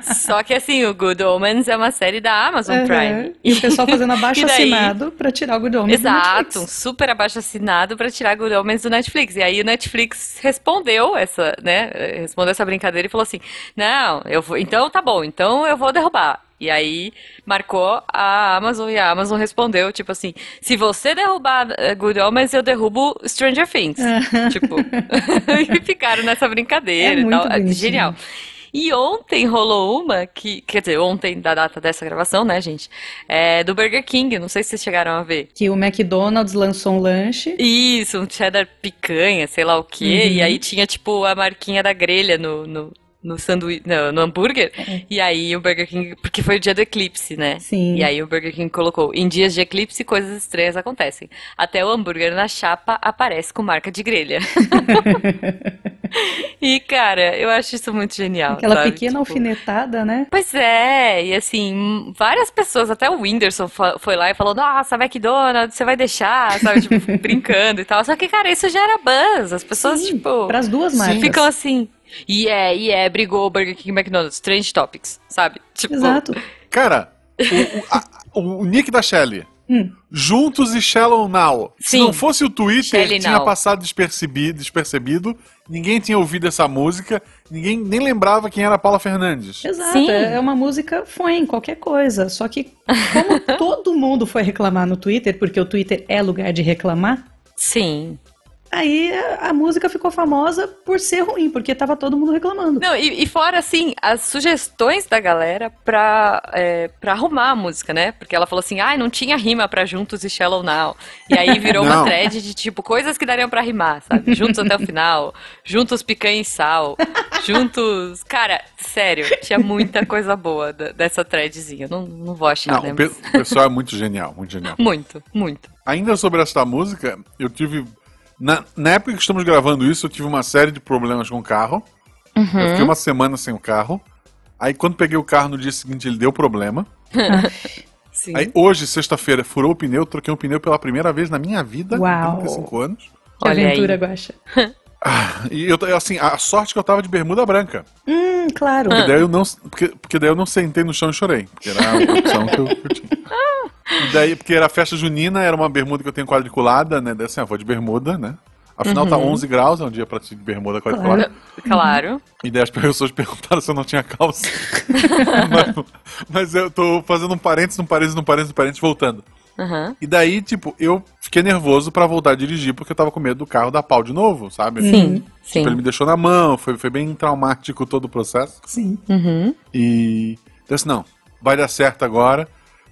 [SPEAKER 2] Só que assim, o Good Omens é uma série da Amazon
[SPEAKER 3] Uhum.
[SPEAKER 2] Prime.
[SPEAKER 3] E o pessoal fazendo abaixo
[SPEAKER 2] E daí?
[SPEAKER 3] assinado pra tirar o good homem do
[SPEAKER 2] Exato, um
[SPEAKER 3] Netflix.
[SPEAKER 2] super abaixo assinado para tirar Good Omens do Netflix. E aí o Netflix respondeu essa, né? eh, Respondeu essa brincadeira e falou assim: Não, eu vou. Então tá bom, então eu vou derrubar. E aí marcou a Amazon e a Amazon respondeu, tipo assim, se você derrubar eh, Good Omens, eu derrubo Stranger Things. Tipo, e ficaram nessa brincadeira
[SPEAKER 3] É
[SPEAKER 2] e tal.
[SPEAKER 3] muito
[SPEAKER 2] É
[SPEAKER 3] bonitinho.
[SPEAKER 2] Genial. E ontem rolou uma que, quer dizer, ontem da data dessa gravação, né, gente? É, do Burger King, não sei se vocês chegaram a ver.
[SPEAKER 3] Que o McDonald's lançou um lanche.
[SPEAKER 2] Isso, um cheddar picanha, sei lá o quê.
[SPEAKER 3] Uhum.
[SPEAKER 2] E aí tinha, tipo, a marquinha da grelha no, no, no sanduí- no, no hambúrguer. E aí o Burger King, porque foi o dia do eclipse, né?
[SPEAKER 3] É. Sim.
[SPEAKER 2] E aí o Burger King colocou, em dias de eclipse, coisas estranhas acontecem. Até o hambúrguer na chapa aparece com marca de grelha. E, cara, eu acho isso muito genial,
[SPEAKER 3] Aquela
[SPEAKER 2] sabe?
[SPEAKER 3] pequena
[SPEAKER 2] Tipo,
[SPEAKER 3] alfinetada, né?
[SPEAKER 2] Pois é, e assim, várias pessoas, até o Whindersson fa- foi lá e falou: Nossa, McDonald's, você vai deixar, sabe? Tipo, brincando e tal. Só que, cara, isso gera buzz. As pessoas,
[SPEAKER 3] Sim,
[SPEAKER 2] tipo,
[SPEAKER 3] pras duas marcas.
[SPEAKER 2] ficam assim. E é, e é, brigou o Burger King e McDonald's, Trend Topics, sabe? Tipo,
[SPEAKER 3] Exato.
[SPEAKER 1] Cara, o, o- a- o nick da Shelly
[SPEAKER 3] Hum.
[SPEAKER 1] Juntos e Shallow Now. Se
[SPEAKER 2] Sim.
[SPEAKER 1] não fosse o Twitter,
[SPEAKER 2] Shallow
[SPEAKER 1] tinha
[SPEAKER 2] Now.
[SPEAKER 1] passado despercebido, despercebido, ninguém tinha ouvido essa música, ninguém nem lembrava quem era Paula Fernandes.
[SPEAKER 3] Exato,
[SPEAKER 2] Sim.
[SPEAKER 3] é uma música foi em qualquer coisa. Só que como todo mundo foi reclamar no Twitter, porque o Twitter é lugar de reclamar,
[SPEAKER 2] Sim.
[SPEAKER 3] aí a, a música ficou famosa por ser ruim, porque tava todo mundo reclamando.
[SPEAKER 2] Não, e, e fora, assim, as sugestões da galera pra, é, pra arrumar a música, né? Porque ela falou assim, ai, não tinha rima pra Juntos e Shallow Now. E aí virou
[SPEAKER 1] Não.
[SPEAKER 2] uma thread de, tipo, coisas que dariam pra rimar, sabe? Juntos até o final, juntos picanha e sal, juntos... Cara, sério, tinha muita coisa boa da- dessa threadzinha. Não, não vou achar,
[SPEAKER 1] Não,
[SPEAKER 2] né?
[SPEAKER 1] o, pe-
[SPEAKER 2] Mas-
[SPEAKER 1] o pessoal é muito genial, muito genial.
[SPEAKER 2] Muito, muito.
[SPEAKER 1] Ainda sobre essa música, eu tive. Na, na época que estamos gravando isso, eu tive uma série de problemas com o carro. Eu
[SPEAKER 2] Uhum.
[SPEAKER 1] fiquei uma semana sem o carro. Aí quando peguei o carro no dia seguinte, ele deu problema.
[SPEAKER 2] Sim.
[SPEAKER 1] Aí hoje, sexta-feira, furou o pneu, troquei um pneu pela primeira vez na minha vida,
[SPEAKER 3] Uau.
[SPEAKER 1] com 35 anos.
[SPEAKER 3] Que
[SPEAKER 2] Olha aí.
[SPEAKER 3] aventura, Guaxa.
[SPEAKER 1] E eu, eu, assim, a sorte que eu tava de bermuda branca.
[SPEAKER 3] Hum, claro.
[SPEAKER 2] Ah.
[SPEAKER 1] Porque daí eu não, porque, porque daí eu não sentei no chão e chorei. Porque era a opção que eu, que eu tinha. E daí, porque era festa junina, era uma bermuda que eu tenho quadriculada, né? Daí assim, ah, vou de bermuda, né? Afinal tá 11 graus, é um dia pra ti de bermuda quadriculada.
[SPEAKER 2] Uhum. Claro.
[SPEAKER 1] E daí as pessoas perguntaram se eu não tinha calça. mas, mas eu tô fazendo um parênteses, um parênteses, um parênteses, um parênteses, voltando.
[SPEAKER 2] Aham.
[SPEAKER 1] E daí, tipo, eu fiquei nervoso pra voltar a dirigir, porque eu tava com medo do carro dar pau de novo, sabe?
[SPEAKER 2] Sim,
[SPEAKER 3] Uhum.
[SPEAKER 2] sim.
[SPEAKER 1] Tipo, ele me deixou na mão, foi, foi bem traumático todo o processo.
[SPEAKER 3] Sim.
[SPEAKER 2] Uhum.
[SPEAKER 1] E eu disse, não, vai dar certo agora.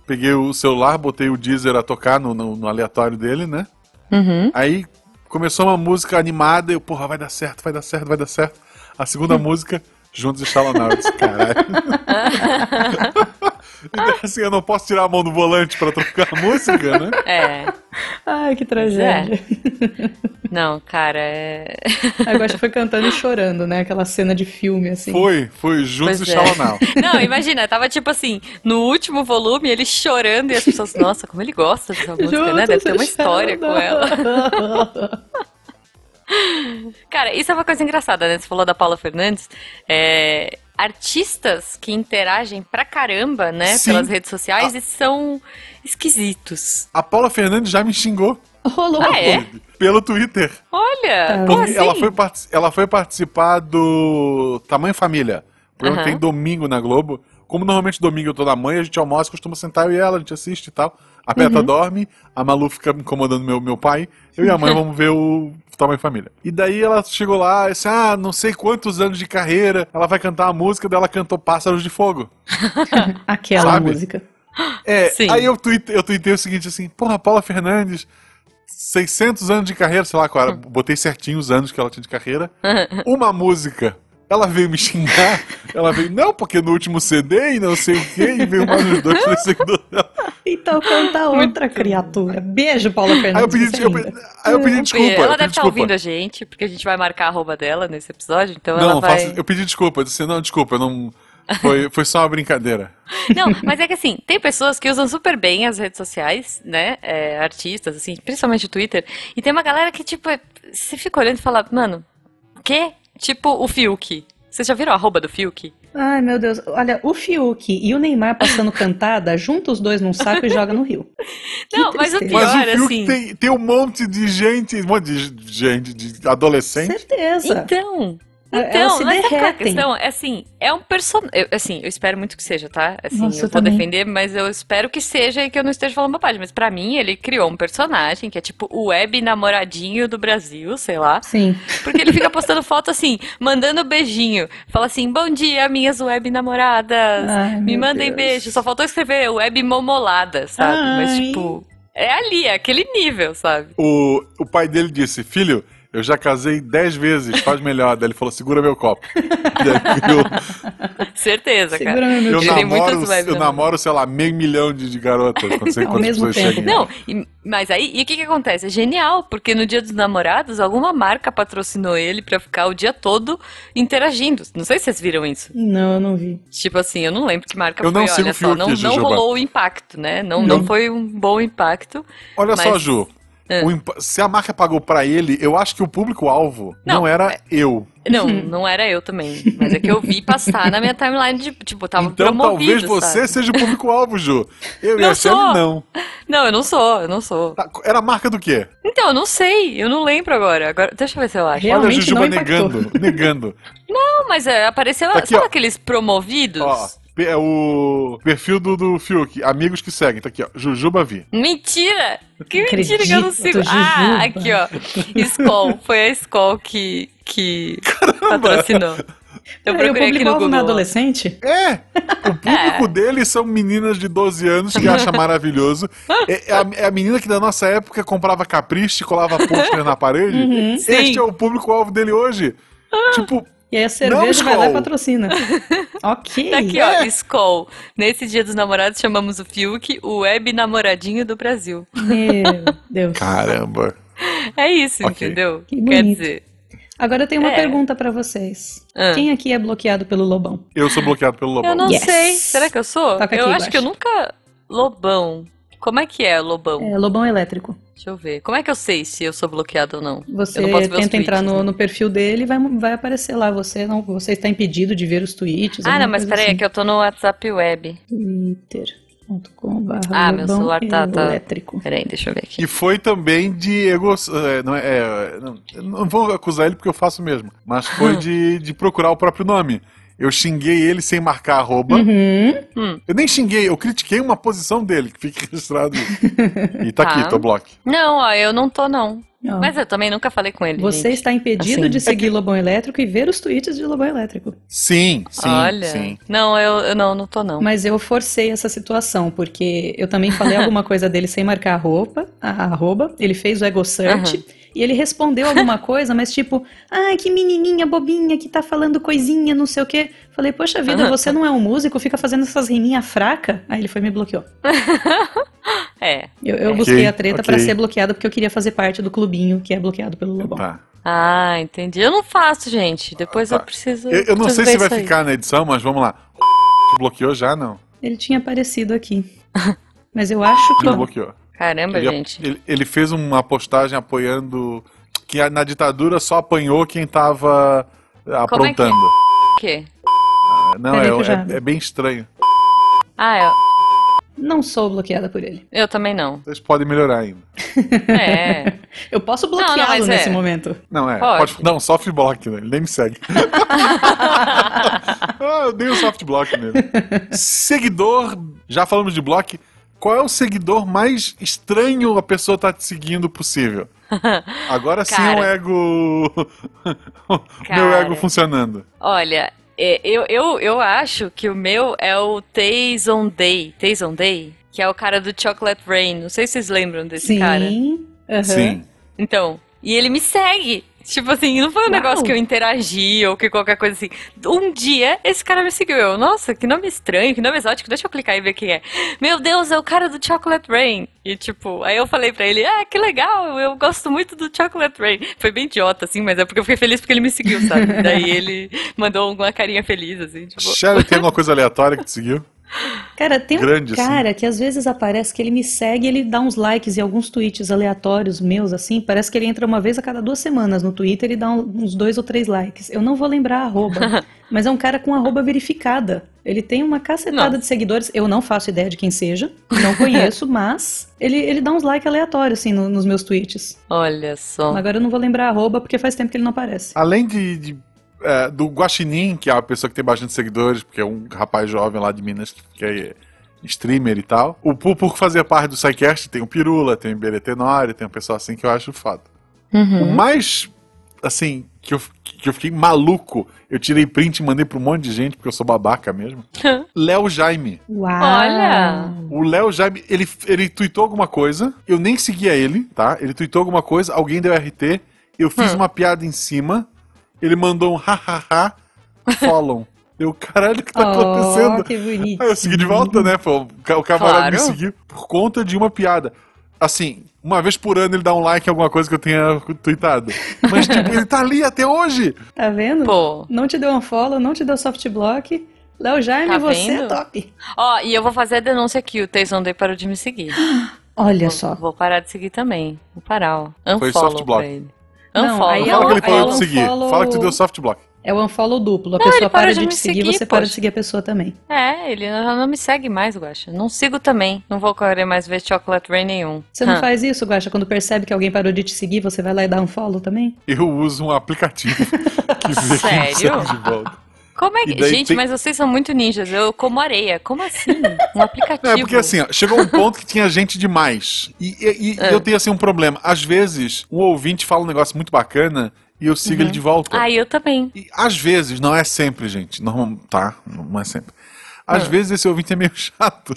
[SPEAKER 1] Peguei o celular, botei o Deezer a tocar no, no- no aleatório dele, né?
[SPEAKER 2] Uhum.
[SPEAKER 1] Aí começou uma música animada, eu, porra, vai dar certo, vai dar certo, vai dar certo. A segunda música, Juntos e Shalonau, eu disse, caralho. Então, assim, eu não posso tirar a mão do volante pra trocar a música, né?
[SPEAKER 2] É.
[SPEAKER 3] Ai, que tragédia.
[SPEAKER 2] Não, cara, é.
[SPEAKER 3] A Guaxa foi cantando e chorando, né? Aquela cena de filme, assim.
[SPEAKER 1] Foi, foi Juntos
[SPEAKER 2] Pois
[SPEAKER 1] e
[SPEAKER 2] é.
[SPEAKER 1] Shalonau.
[SPEAKER 2] Não, imagina, tava tipo assim, no último volume, ele chorando e as pessoas, nossa, como ele gosta dessa música, né? Deve ter uma história com ela.
[SPEAKER 3] ela.
[SPEAKER 2] Cara, isso é uma coisa engraçada, né? Você falou da Paula Fernandes. É, Artistas que interagem pra caramba, né?
[SPEAKER 1] Sim. Ah.
[SPEAKER 2] Pelas redes sociais e são esquisitos.
[SPEAKER 1] A Paula Fernandes já me xingou
[SPEAKER 3] Rolou.
[SPEAKER 2] Ah, é?
[SPEAKER 1] pelo Twitter.
[SPEAKER 2] Olha!
[SPEAKER 3] Tá.
[SPEAKER 2] Como
[SPEAKER 1] Porque
[SPEAKER 2] assim?
[SPEAKER 1] É. ela, foi parti- ela foi participar do Tamanho Família. O programa que tem
[SPEAKER 2] Aham.
[SPEAKER 1] domingo na Globo. Como normalmente domingo eu tô na mãe, a gente almoça, costuma sentar eu e ela, a gente assiste e tal. A Peta
[SPEAKER 2] Uhum.
[SPEAKER 1] dorme, a Malu fica incomodando meu, meu pai, eu e a mãe vamos ver o Tamanho Família. E daí ela chegou lá e disse, ah, não sei quantos anos de carreira, ela vai cantar a música, daí ela cantou Pássaros de Fogo.
[SPEAKER 3] Aquela
[SPEAKER 1] Sabe?
[SPEAKER 3] música.
[SPEAKER 1] É,
[SPEAKER 2] Sim.
[SPEAKER 1] aí eu tuitei, eu tuitei o seguinte assim, porra, Paula Fernandes, 600 anos de carreira, sei lá qual era,
[SPEAKER 2] Hum.
[SPEAKER 1] botei certinho os anos que ela tinha de carreira, uma música. Ela veio me xingar, ela veio, não, porque no último CD e não sei o quê, e veio mais uns dois, três seguidores dela.
[SPEAKER 3] Então canta outra criatura. Beijo, Paula Fernandes.
[SPEAKER 1] Aí eu pedi,
[SPEAKER 3] você é
[SPEAKER 1] eu
[SPEAKER 3] linda.
[SPEAKER 1] pedi- aí eu pedi desculpa. eu
[SPEAKER 2] ela
[SPEAKER 1] pedi
[SPEAKER 2] deve estar
[SPEAKER 1] desculpa.
[SPEAKER 2] ouvindo a gente, porque a gente vai marcar a arroba dela nesse episódio, então
[SPEAKER 1] Não,
[SPEAKER 2] ela vai.
[SPEAKER 1] faço- eu pedi desculpa, eu disse, assim, não, desculpa, eu não. Foi, foi só uma brincadeira.
[SPEAKER 2] Não, mas é que assim, tem pessoas que usam super bem as redes sociais, né? É, artistas, assim, principalmente o Twitter. E tem uma galera que, tipo, é- você fica olhando e fala, mano, quê? Tipo o Fiuk. Vocês já viram a arroba do Fiuk?
[SPEAKER 3] Ai, meu Deus. Olha, o Fiuk e o Neymar passando cantada, junta os dois num saco e joga no rio. Que
[SPEAKER 2] Não, mas o
[SPEAKER 3] tristeza.
[SPEAKER 1] Mas
[SPEAKER 2] Pior,
[SPEAKER 1] o Fiuk
[SPEAKER 2] assim.
[SPEAKER 1] tem, tem um monte de gente, um monte de gente, de adolescente.
[SPEAKER 3] Certeza.
[SPEAKER 2] Então.
[SPEAKER 3] Ah,
[SPEAKER 2] Então,
[SPEAKER 3] elas se
[SPEAKER 2] mas sabe qual é a
[SPEAKER 3] derretem.
[SPEAKER 2] questão? É assim, é um personagem. Assim, eu espero muito que seja, tá? Assim,
[SPEAKER 3] Nossa, eu
[SPEAKER 2] eu vou
[SPEAKER 3] também.
[SPEAKER 2] defender, mas eu espero que seja e que eu não esteja falando bobagem. Mas pra mim, ele criou um personagem que é tipo o web namoradinho do Brasil, sei lá.
[SPEAKER 3] Sim.
[SPEAKER 1] É
[SPEAKER 2] Porque ele fica postando foto assim, mandando beijinho. Fala assim: bom dia, minhas web namoradas.
[SPEAKER 3] Ai,
[SPEAKER 2] Me
[SPEAKER 3] meu
[SPEAKER 2] mandem
[SPEAKER 3] Deus.
[SPEAKER 2] beijo. Só faltou escrever web momolada, sabe? Mas,
[SPEAKER 3] Ai.
[SPEAKER 2] tipo, é ali, é aquele nível, sabe?
[SPEAKER 1] O, o pai dele disse, filho, eu já casei 10 vezes, faz melhor. Daí ele falou, segura meu copo. Daí eu
[SPEAKER 2] Certeza, cara.
[SPEAKER 3] Segura meu
[SPEAKER 1] eu
[SPEAKER 2] Ele tem
[SPEAKER 1] namoro,
[SPEAKER 2] muitas vibes,
[SPEAKER 1] eu
[SPEAKER 2] né?
[SPEAKER 1] namoro, sei lá, meio milhão de, de garotas. Não sei
[SPEAKER 3] Ao
[SPEAKER 1] quantas
[SPEAKER 3] mesmo
[SPEAKER 1] pessoas
[SPEAKER 3] tempo.
[SPEAKER 1] chegam.
[SPEAKER 2] Não, e- mas aí, e o que que acontece? É genial, porque no Dia dos Namorados, alguma marca patrocinou ele pra ficar o dia todo interagindo. Não sei se vocês viram isso.
[SPEAKER 3] Não, eu não vi.
[SPEAKER 2] Tipo assim, eu não lembro que marca
[SPEAKER 1] Eu
[SPEAKER 2] foi,
[SPEAKER 1] não sigo
[SPEAKER 2] olha
[SPEAKER 1] o
[SPEAKER 2] só,
[SPEAKER 1] Fiuk,
[SPEAKER 2] não, não
[SPEAKER 1] Jujuba.
[SPEAKER 2] rolou o impacto, né? Não, não
[SPEAKER 1] Eu-
[SPEAKER 2] foi um bom impacto.
[SPEAKER 1] Olha só,
[SPEAKER 2] mas- Ah.
[SPEAKER 1] Ju, o imp- se a marca pagou pra ele, eu acho que o público-alvo não,
[SPEAKER 2] Não, é,
[SPEAKER 1] era eu.
[SPEAKER 2] Não,
[SPEAKER 3] Hum.
[SPEAKER 2] não era eu também. Mas é que eu vi passar na minha timeline de, tipo, tava
[SPEAKER 1] Então
[SPEAKER 2] promovido,
[SPEAKER 1] talvez você
[SPEAKER 2] sabe?
[SPEAKER 1] seja o público-alvo, Ju. Eu e
[SPEAKER 2] Não
[SPEAKER 1] a Shelly
[SPEAKER 2] sou.
[SPEAKER 1] não.
[SPEAKER 2] Não, eu não sou, eu não sou.
[SPEAKER 1] Tá, Era a marca do quê?
[SPEAKER 2] Então, eu não sei, eu não lembro agora. Agora, deixa eu ver se eu acho.
[SPEAKER 1] Olha a
[SPEAKER 3] Realmente
[SPEAKER 1] Jujuba
[SPEAKER 3] não impactou.
[SPEAKER 1] negando, negando.
[SPEAKER 2] Não, mas é, apareceu,
[SPEAKER 1] Aqui,
[SPEAKER 2] sabe
[SPEAKER 1] ó.
[SPEAKER 2] aqueles promovidos?
[SPEAKER 1] Ó, pe- é o perfil do, do Fiuk, amigos que seguem, tá aqui, ó. Jujuba Vi.
[SPEAKER 2] Mentira! Que
[SPEAKER 3] Acredito,
[SPEAKER 2] mentira que eu não sigo. Ah,
[SPEAKER 3] Jujuba.
[SPEAKER 2] aqui, ó. Skol. Foi a Skol que, que patrocinou. Eu
[SPEAKER 3] Ah,
[SPEAKER 2] procurei aqui no
[SPEAKER 3] publicava
[SPEAKER 2] Google.
[SPEAKER 3] na adolescente?
[SPEAKER 1] É! O
[SPEAKER 2] É.
[SPEAKER 1] público dele são meninas de 12 anos que acha maravilhoso. É, é a, é a menina que da nossa época comprava capricho e colava pôster na parede.
[SPEAKER 2] Uhum. Sim.
[SPEAKER 1] Este é o público-alvo dele hoje. Tipo,
[SPEAKER 3] E aí a cerveja vai lá
[SPEAKER 1] Skol.
[SPEAKER 3] e patrocina. ok.
[SPEAKER 2] Tá aqui, ó, Skol. Nesse dia dos namorados chamamos o Fiuk o web namoradinho do Brasil.
[SPEAKER 3] Meu Deus.
[SPEAKER 1] caramba.
[SPEAKER 2] É isso,
[SPEAKER 1] Ok.
[SPEAKER 2] entendeu?
[SPEAKER 3] Que
[SPEAKER 2] Quer
[SPEAKER 3] bonito. Tá
[SPEAKER 2] dizer,
[SPEAKER 3] Agora eu tenho uma
[SPEAKER 2] É.
[SPEAKER 3] pergunta pra vocês.
[SPEAKER 2] Ah.
[SPEAKER 3] Quem aqui é bloqueado pelo Lobão?
[SPEAKER 1] Eu sou bloqueado pelo Lobão.
[SPEAKER 2] eu não
[SPEAKER 3] Yes.
[SPEAKER 2] sei. Será que eu sou?
[SPEAKER 3] Toca aqui
[SPEAKER 2] eu acho que eu
[SPEAKER 3] embaixo.
[SPEAKER 2] nunca. Lobão. Como é que é, Lobão?
[SPEAKER 3] É, Lobão Elétrico.
[SPEAKER 2] Deixa eu ver. Como é que eu sei se eu sou bloqueado ou não?
[SPEAKER 3] Você
[SPEAKER 2] Eu não posso ver os
[SPEAKER 3] tenta entrar
[SPEAKER 2] tweets,
[SPEAKER 3] no,
[SPEAKER 2] né?
[SPEAKER 3] no perfil dele e vai, vai aparecer lá. Você não, você está impedido de ver os tweets. assim.
[SPEAKER 2] Ah, não, mas peraí, é
[SPEAKER 3] peraí.
[SPEAKER 2] que eu tô no WhatsApp Web.
[SPEAKER 3] Twitter.com.br.
[SPEAKER 2] Ah, meu celular tá- tá-
[SPEAKER 3] Elétrico.
[SPEAKER 2] Peraí, deixa eu ver aqui.
[SPEAKER 1] E foi também de ego. é, Não, é, é, não, eu não vou acusar ele porque eu faço mesmo. Mas foi de, de procurar o próprio nome. Eu xinguei ele sem marcar
[SPEAKER 2] Hum?
[SPEAKER 1] arroba.
[SPEAKER 3] Uhum.
[SPEAKER 1] Eu nem xinguei, eu critiquei uma posição dele, que fique registrado isso. E tá,
[SPEAKER 2] Tá.
[SPEAKER 1] aqui, tô bloco.
[SPEAKER 2] Não, ó, eu não tô, não.
[SPEAKER 3] Ó,
[SPEAKER 2] Mas eu também nunca falei com ele.
[SPEAKER 3] Ah. Você
[SPEAKER 2] gente.
[SPEAKER 3] está impedido
[SPEAKER 2] Assim.
[SPEAKER 3] de seguir Lobão Elétrico e ver os tweets de Lobão Elétrico.
[SPEAKER 1] Sim, sim,
[SPEAKER 2] Olha.
[SPEAKER 1] sim.
[SPEAKER 2] Não, eu, eu não, não tô, não.
[SPEAKER 3] Mas eu forcei essa situação, porque eu também falei alguma coisa dele sem marcar a roupa, a arroba, ele fez o ego search e ele respondeu alguma coisa, mas tipo, ah, que menininha bobinha que tá falando coisinha, não sei o quê. Falei, poxa vida,
[SPEAKER 2] Aham.
[SPEAKER 3] você não é um músico, fica fazendo essas riminhas fracas. Aí ele foi e me bloqueou.
[SPEAKER 2] É.
[SPEAKER 3] Eu, eu
[SPEAKER 2] Ok,
[SPEAKER 3] busquei a treta pra
[SPEAKER 1] ok.
[SPEAKER 3] ser bloqueado porque eu queria fazer parte do clubinho que é bloqueado pelo Lobão.
[SPEAKER 1] Tá.
[SPEAKER 2] Ah, entendi. Eu não faço, gente. Depois
[SPEAKER 1] Tá.
[SPEAKER 2] eu preciso.
[SPEAKER 1] Eu, eu não sei
[SPEAKER 2] preciso ver
[SPEAKER 1] se vai
[SPEAKER 2] isso aí.
[SPEAKER 1] ficar na edição, mas vamos lá. Bloqueou já? Não.
[SPEAKER 3] Ele tinha aparecido aqui. Mas eu acho que.
[SPEAKER 1] Não bloqueou.
[SPEAKER 2] Caramba,
[SPEAKER 1] Ele, é
[SPEAKER 2] gente.
[SPEAKER 1] ele- ele fez uma postagem apoiando que a- na ditadura só apanhou quem tava eh,
[SPEAKER 2] é
[SPEAKER 1] aprontando.
[SPEAKER 2] O quê?
[SPEAKER 1] Ah, Não,
[SPEAKER 3] Peraí que eu
[SPEAKER 1] é,
[SPEAKER 3] já-
[SPEAKER 1] é- é bem estranho.
[SPEAKER 2] Ah, eu,
[SPEAKER 3] Não sou bloqueada por ele.
[SPEAKER 2] eu também não.
[SPEAKER 1] Vocês podem melhorar ainda.
[SPEAKER 2] É.
[SPEAKER 3] Eu posso
[SPEAKER 2] não, mas
[SPEAKER 3] bloqueá-lo nesse
[SPEAKER 2] é.
[SPEAKER 3] momento.
[SPEAKER 1] Não, é.
[SPEAKER 2] Pode.
[SPEAKER 1] pode- não, soft block, né? Ele nem me segue. ah, eu dei um soft block nele. Seguidor, já falamos de block. Qual é o seguidor mais estranho a pessoa tá te seguindo possível? Agora sim é um
[SPEAKER 2] Cara.
[SPEAKER 1] ego. o meu
[SPEAKER 2] Cara.
[SPEAKER 1] ego funcionando.
[SPEAKER 2] Olha, é, eu, eu, eu acho que o meu é o Tayson Day. Tayson Day? Que é o cara do Chocolate Rain. Não sei se vocês lembram desse
[SPEAKER 3] Sim.
[SPEAKER 2] cara.
[SPEAKER 3] aham.
[SPEAKER 1] Sim.
[SPEAKER 2] Então, e ele me segue. Tipo assim, não foi um
[SPEAKER 3] Uau.
[SPEAKER 2] negócio que eu interagi ou que qualquer coisa assim. Um dia, esse cara me seguiu. Eu, nossa, que nome estranho, que nome exótico. Deixa eu clicar e ver quem é. Meu Deus, é o cara do Chocolate Rain. E tipo, aí eu falei pra ele, ah, que legal, eu gosto muito do Chocolate Rain. Foi bem idiota, assim, mas é porque eu fiquei feliz porque ele me seguiu, sabe? Daí ele mandou alguma carinha feliz, assim, tipo...
[SPEAKER 1] Shelly, tem alguma coisa aleatória que te seguiu?
[SPEAKER 3] Cara, tem um
[SPEAKER 1] Grande, assim.
[SPEAKER 3] cara que às vezes aparece que ele me segue, ele dá uns likes e alguns tweets aleatórios meus, assim. Parece que ele entra uma vez a cada duas semanas no Twitter e dá um- uns dois ou três likes. Eu não vou lembrar a arroba, mas é um cara com arroba verificada. Ele tem uma cacetada
[SPEAKER 2] Nossa.
[SPEAKER 3] de seguidores. Eu não faço ideia de quem seja, não conheço, mas ele, ele dá uns likes aleatórios, assim, no- nos meus tweets.
[SPEAKER 2] Olha só.
[SPEAKER 3] Agora eu não vou lembrar a arroba porque faz tempo que ele não aparece.
[SPEAKER 1] Além de, de, é, do Guaxinim, que é a pessoa que tem bastante seguidores, porque é um rapaz jovem lá de Minas que, que é streamer e tal. O Pupurco fazia parte do SciCast, tem o Pirula, tem o Iberê Nório, tem um pessoal assim que eu acho foda. O mais, assim, que eu, que eu fiquei maluco, eu tirei print e mandei pra um monte de gente, porque eu sou babaca mesmo. Léo Jaime.
[SPEAKER 3] Uau!
[SPEAKER 2] Olha!
[SPEAKER 1] O Léo Jaime, ele, ele tweetou alguma coisa, eu nem seguia ele, tá? Ele tweetou alguma coisa, alguém deu RT, eu fiz
[SPEAKER 3] Hum.
[SPEAKER 1] uma piada em cima, ele mandou um hahaha, follow. eu, caralho, o que tá
[SPEAKER 3] Oh,
[SPEAKER 1] acontecendo?
[SPEAKER 3] que bonito.
[SPEAKER 1] Aí eu segui de volta, né? Pô, o ca- o camarada
[SPEAKER 2] Claro.
[SPEAKER 1] me seguiu por conta de uma piada. Assim, uma vez por ano ele dá um like em alguma coisa que eu tenha tweetado. Mas, tipo, ele tá ali até hoje.
[SPEAKER 3] Tá vendo?
[SPEAKER 2] Pô.
[SPEAKER 3] Não te deu um follow, não te deu soft block. Léo Jaime,
[SPEAKER 2] Tá
[SPEAKER 3] você é
[SPEAKER 2] vendo?
[SPEAKER 3] top.
[SPEAKER 2] Ó, e eu vou fazer a denúncia aqui. O Tayson Day parou de me seguir.
[SPEAKER 3] Olha
[SPEAKER 2] Vou-
[SPEAKER 3] só.
[SPEAKER 2] Vou parar de seguir também. Vou parar, ó. Unfollow
[SPEAKER 1] Foi soft block.
[SPEAKER 2] pra ele.
[SPEAKER 3] Não,
[SPEAKER 2] Unfollow.
[SPEAKER 3] aí
[SPEAKER 1] Não
[SPEAKER 3] é
[SPEAKER 1] fala
[SPEAKER 3] o-
[SPEAKER 1] que ele parou
[SPEAKER 3] aí
[SPEAKER 1] de
[SPEAKER 3] é o
[SPEAKER 1] seguir.
[SPEAKER 3] follow-
[SPEAKER 1] Fala que tu deu soft block.
[SPEAKER 3] É o unfollow duplo. A
[SPEAKER 2] Não, ele
[SPEAKER 3] pessoa
[SPEAKER 2] parou
[SPEAKER 3] para
[SPEAKER 2] de
[SPEAKER 3] de
[SPEAKER 2] me
[SPEAKER 3] te seguir,
[SPEAKER 2] seguir,
[SPEAKER 3] você para de
[SPEAKER 2] poxa.
[SPEAKER 3] seguir a pessoa também.
[SPEAKER 2] É, ele já não me segue mais, Guaxa. Não sigo também. Não vou querer mais ver Chocolate Rain nenhum.
[SPEAKER 3] Você não
[SPEAKER 2] Hã.
[SPEAKER 3] faz isso, Guaxa? Quando percebe que alguém parou de te seguir, você vai lá e dá um follow também?
[SPEAKER 1] Eu uso um aplicativo que vê quem
[SPEAKER 2] Sério?
[SPEAKER 1] segue de volta.
[SPEAKER 2] Como é
[SPEAKER 1] E
[SPEAKER 2] que.
[SPEAKER 1] daí
[SPEAKER 2] Gente,
[SPEAKER 1] tem-
[SPEAKER 2] mas vocês são muito ninjas. Eu como areia. Como assim? Um aplicativo.
[SPEAKER 1] É, porque assim, ó, chegou um ponto que tinha gente demais. E, e- e
[SPEAKER 2] É.
[SPEAKER 1] eu tenho assim um problema. Às vezes, um ouvinte fala um negócio muito bacana e eu sigo ele de volta.
[SPEAKER 2] Ah, eu também.
[SPEAKER 1] E às vezes, não é sempre, gente. Normal, tá? Não é sempre.
[SPEAKER 2] Ah.
[SPEAKER 1] Às vezes esse ouvinte é meio chato.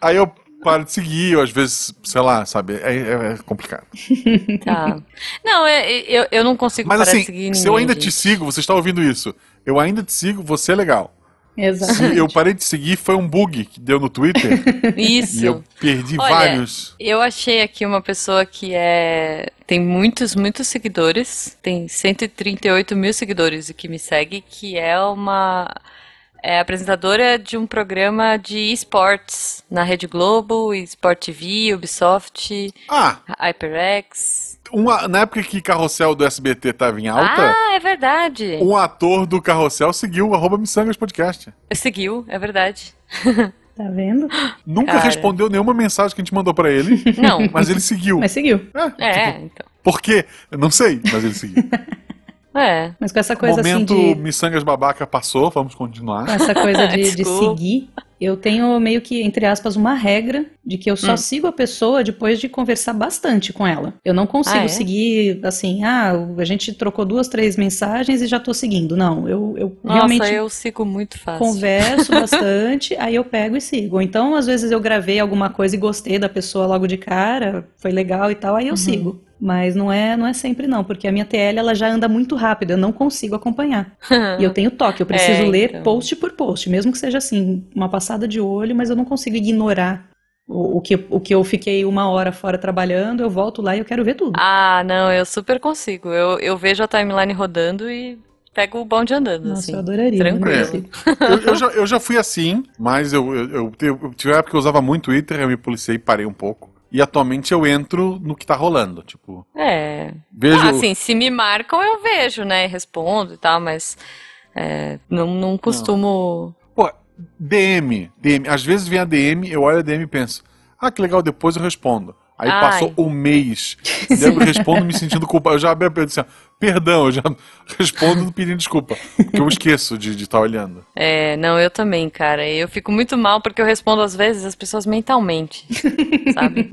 [SPEAKER 1] Aí eu paro de seguir, ou às vezes, sei lá, sabe? É, é- é complicado.
[SPEAKER 2] Tá. Não, é- é- eu, eu não consigo
[SPEAKER 1] Mas
[SPEAKER 2] parar de
[SPEAKER 1] assim,
[SPEAKER 2] seguir ninguém.
[SPEAKER 1] se eu ainda te
[SPEAKER 2] gente.
[SPEAKER 1] sigo, você está ouvindo isso. Eu ainda te sigo, você é legal. Se
[SPEAKER 3] Exatamente.
[SPEAKER 1] eu parei de seguir, foi um bug que deu no Twitter e
[SPEAKER 2] Isso.
[SPEAKER 1] eu perdi
[SPEAKER 2] Olha,
[SPEAKER 1] vários.
[SPEAKER 2] Eu achei aqui uma pessoa que é tem muitos, muitos seguidores, tem 138 mil seguidores que me segue, que é uma é apresentadora de um programa de esportes na Rede Globo, Sport TV, Ubisoft,
[SPEAKER 1] Ah,
[SPEAKER 2] HyperX.
[SPEAKER 1] uma- na época que Carrossel do SBT estava em alta,
[SPEAKER 2] Ah, é verdade.
[SPEAKER 1] um ator do Carrossel seguiu o arroba Missangas Podcast.
[SPEAKER 2] Seguiu, é verdade.
[SPEAKER 3] Tá vendo?
[SPEAKER 1] Nunca
[SPEAKER 2] Cara.
[SPEAKER 1] respondeu nenhuma mensagem que a gente mandou pra ele,
[SPEAKER 2] Não.
[SPEAKER 1] mas ele seguiu.
[SPEAKER 3] Mas seguiu.
[SPEAKER 1] É,
[SPEAKER 2] É,
[SPEAKER 1] tipo,
[SPEAKER 2] então.
[SPEAKER 1] por quê? Eu não sei, mas ele seguiu.
[SPEAKER 2] É.
[SPEAKER 3] Mas com essa coisa assim
[SPEAKER 1] Momento
[SPEAKER 3] de.
[SPEAKER 1] Missangas Babaca passou, vamos
[SPEAKER 3] com
[SPEAKER 1] continuar.
[SPEAKER 3] essa coisa de, de
[SPEAKER 2] Desculpa.
[SPEAKER 3] seguir, eu tenho meio que, entre aspas, uma regra de que eu só
[SPEAKER 2] Hum.
[SPEAKER 3] sigo a pessoa depois de conversar bastante com ela. Eu não consigo
[SPEAKER 2] Ah, é?
[SPEAKER 3] seguir assim, ah, a gente trocou duas, três mensagens e já tô seguindo. Não, eu, eu
[SPEAKER 2] Nossa,
[SPEAKER 3] realmente
[SPEAKER 2] eu sigo muito fácil.
[SPEAKER 3] converso bastante, aí eu pego e sigo. Ou Então, às vezes eu gravei alguma coisa e gostei da pessoa logo de cara, foi legal e tal, aí eu
[SPEAKER 2] Uhum.
[SPEAKER 3] sigo. Mas não é, não é sempre não, porque a minha TL ela já anda muito rápido, eu não consigo acompanhar. E eu tenho toque, eu preciso
[SPEAKER 2] Ah. É,
[SPEAKER 3] ler
[SPEAKER 2] então.
[SPEAKER 3] post por post, mesmo que seja assim, uma passada de olho, mas eu não consigo ignorar o, o que, o que eu fiquei uma hora fora trabalhando, eu volto lá e eu quero ver tudo.
[SPEAKER 2] Ah, não, eu super consigo. Eu, eu vejo a timeline rodando e pego o bonde andando,
[SPEAKER 3] Nossa,
[SPEAKER 2] assim.
[SPEAKER 3] eu adoraria, né? mas não
[SPEAKER 2] tranquilo.
[SPEAKER 3] consigo.
[SPEAKER 1] Eu, eu já, eu já fui assim, mas eu, eu, eu, eu tive uma época que eu usava muito Twitter, eu me policiei e parei um pouco. E atualmente eu entro no que tá rolando. Tipo,
[SPEAKER 2] É.
[SPEAKER 1] vejo.
[SPEAKER 2] Ah, assim, se me marcam, eu vejo, né? E respondo e tal, mas é, não, não costumo.
[SPEAKER 1] Pô, DM, DM. Às vezes vem a DM, eu olho a DM e penso, ah, que legal, depois eu respondo. Aí
[SPEAKER 2] Ai.
[SPEAKER 1] passou um mês. E daí eu respondo me sentindo culpado. Eu já abri a pergunta assim, ó, perdão, eu já respondo pedindo desculpa. Porque eu esqueço de estar olhando.
[SPEAKER 2] É, não, eu também, cara. Eu fico muito mal porque eu respondo às vezes as pessoas mentalmente, sabe?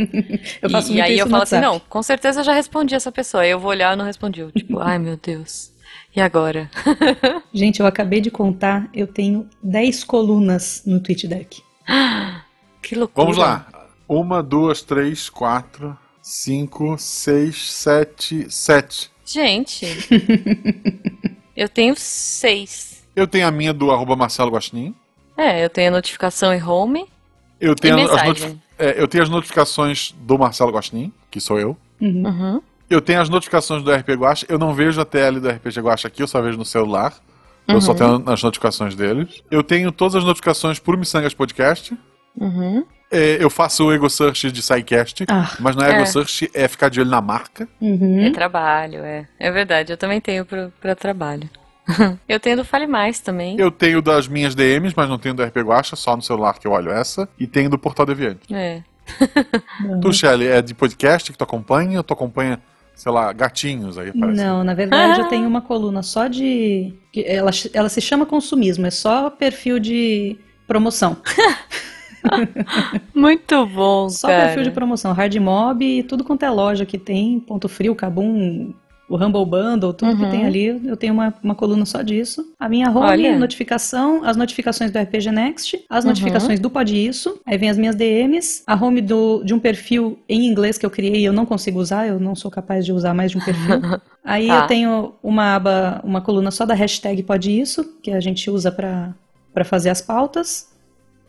[SPEAKER 3] Eu
[SPEAKER 2] E-
[SPEAKER 3] faço
[SPEAKER 2] e
[SPEAKER 3] muito
[SPEAKER 2] aí
[SPEAKER 3] isso
[SPEAKER 2] eu
[SPEAKER 3] no
[SPEAKER 2] falo assim,
[SPEAKER 3] WhatsApp.
[SPEAKER 2] não, com certeza eu já respondi essa pessoa. Aí eu vou olhar e não respondi. Eu, tipo, ai meu Deus. E agora?
[SPEAKER 3] Gente, eu acabei de contar, eu tenho 10 colunas no TweetDeck.
[SPEAKER 2] Que loucura.
[SPEAKER 1] Vamos lá. Uma, duas, três, quatro, cinco, seis, sete, sete.
[SPEAKER 2] Gente, eu tenho seis.
[SPEAKER 1] Eu tenho a minha do arroba Marcelo Guaxinim.
[SPEAKER 2] É, eu tenho a notificação e home.
[SPEAKER 1] Eu tenho, as
[SPEAKER 2] mensagem.
[SPEAKER 1] notifi- é, eu tenho as notificações do Marcelo Guaxinim, que sou eu.
[SPEAKER 3] Uhum.
[SPEAKER 2] Uhum.
[SPEAKER 1] Eu tenho as notificações do RP Guacha, eu não vejo a TL do RPG Guacha aqui, eu só vejo no celular. Eu só
[SPEAKER 2] Uhum.
[SPEAKER 1] tenho as notificações deles. Eu tenho todas as notificações pro Missangas Podcast.
[SPEAKER 2] Uhum.
[SPEAKER 1] É, eu faço o Ego Search de SciCast,
[SPEAKER 3] Ah,
[SPEAKER 1] mas não é Ego
[SPEAKER 2] É.
[SPEAKER 1] Search, é ficar de olho na marca.
[SPEAKER 3] uhum.
[SPEAKER 2] É trabalho, é. É verdade, eu também tenho pro, pra trabalho. eu tenho do Fale Mais também.
[SPEAKER 1] Eu tenho das minhas DMs, mas não tenho do RP Guacha, só no celular que eu olho essa. E tenho do Portal Deviante.
[SPEAKER 2] É.
[SPEAKER 3] Uhum.
[SPEAKER 1] Tu, Shelly, é de podcast que tu acompanha? Ou tu acompanha, sei lá, gatinhos aí, parece?
[SPEAKER 3] Não, na verdade
[SPEAKER 2] Ah.
[SPEAKER 3] eu tenho uma coluna só de. que Ela, ela se chama consumismo, é só perfil de promoção.
[SPEAKER 2] Muito bom,
[SPEAKER 3] Só
[SPEAKER 2] cara.
[SPEAKER 3] perfil de promoção. Hard mob e tudo quanto é loja que tem, ponto frio, Kabum, o Humble Bundle, tudo que
[SPEAKER 2] Uhum.
[SPEAKER 3] tem ali. Eu tenho uma, uma coluna só disso. A minha home,
[SPEAKER 2] Olha.
[SPEAKER 3] a notificação, as notificações do RPG Next, as
[SPEAKER 2] Uhum.
[SPEAKER 3] notificações do Pode Isso. Aí vem as minhas DMs, a home do, de um perfil em inglês que eu criei e eu não consigo usar, eu não sou capaz de usar mais de um perfil. Aí
[SPEAKER 2] Tá.
[SPEAKER 3] eu tenho uma aba, uma coluna só da hashtag Pode Isso, que a gente usa pra para fazer as pautas.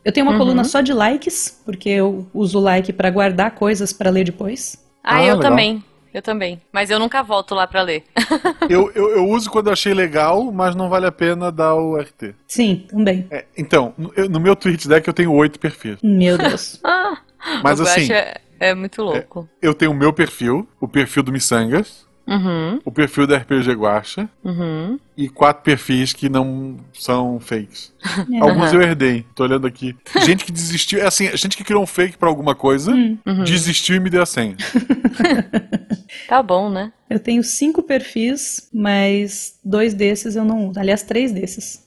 [SPEAKER 3] Eu tenho uma
[SPEAKER 2] Uhum.
[SPEAKER 3] coluna só de likes, porque eu uso o like pra guardar coisas pra ler depois.
[SPEAKER 2] Ah,
[SPEAKER 1] Ah,
[SPEAKER 2] eu
[SPEAKER 1] legal.
[SPEAKER 2] também. Eu também. Mas eu nunca volto lá pra ler.
[SPEAKER 1] Eu, eu, eu uso quando eu achei legal, mas não vale a pena dar o RT.
[SPEAKER 3] Sim, também.
[SPEAKER 1] É, então, no, eu- no meu Twitch Deck eu tenho oito perfis.
[SPEAKER 3] Meu Deus.
[SPEAKER 2] Ah,
[SPEAKER 1] Mas
[SPEAKER 2] o
[SPEAKER 1] assim,
[SPEAKER 2] Guache é, é muito louco.
[SPEAKER 1] eu tenho o meu perfil, o perfil do Missangas,
[SPEAKER 2] Uhum,
[SPEAKER 1] o perfil da RPG Guacha
[SPEAKER 2] uhum.
[SPEAKER 1] e quatro perfis que não são fakes.
[SPEAKER 3] É.
[SPEAKER 1] Alguns eu herdei, tô olhando aqui. Gente que desistiu, é assim, gente que criou um fake pra alguma coisa,
[SPEAKER 2] Hum, uhum.
[SPEAKER 1] desistiu e me deu a senha.
[SPEAKER 2] Tá bom, né?
[SPEAKER 3] Eu tenho cinco perfis, mas dois desses eu não uso. Aliás, três desses.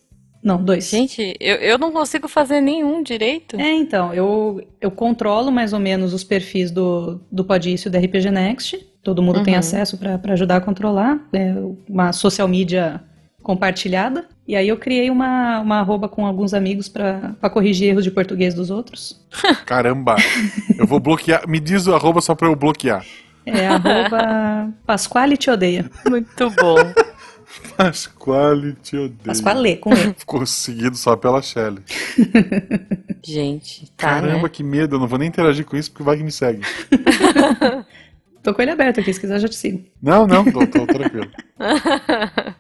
[SPEAKER 3] Não, dois.
[SPEAKER 2] Gente, eu, eu não consigo fazer nenhum direito.
[SPEAKER 3] É, então, eu, eu controlo mais ou menos os perfis do, do Podício e da RPG Next. Todo mundo tem
[SPEAKER 2] Uhum.
[SPEAKER 3] acesso pra pra ajudar a controlar. É uma social media compartilhada. E aí eu criei uma, uma arroba com alguns amigos pra pra corrigir erros de português dos outros.
[SPEAKER 1] Caramba, eu vou bloquear. Me diz o arroba só pra eu bloquear.
[SPEAKER 3] É arroba Pasquale te odeia.
[SPEAKER 2] Muito bom.
[SPEAKER 1] Pasquale te odeio.
[SPEAKER 3] Pasquale, com E.
[SPEAKER 1] Ficou seguido só pela Shelly.
[SPEAKER 2] Gente, tá,
[SPEAKER 1] Caramba,
[SPEAKER 2] né?
[SPEAKER 1] que medo, eu não vou nem interagir com isso porque vai que me segue.
[SPEAKER 3] Tô com ele aberto aqui, se quiser eu já te sigo.
[SPEAKER 1] Não, não, tô, tô tranquilo.
[SPEAKER 2] né?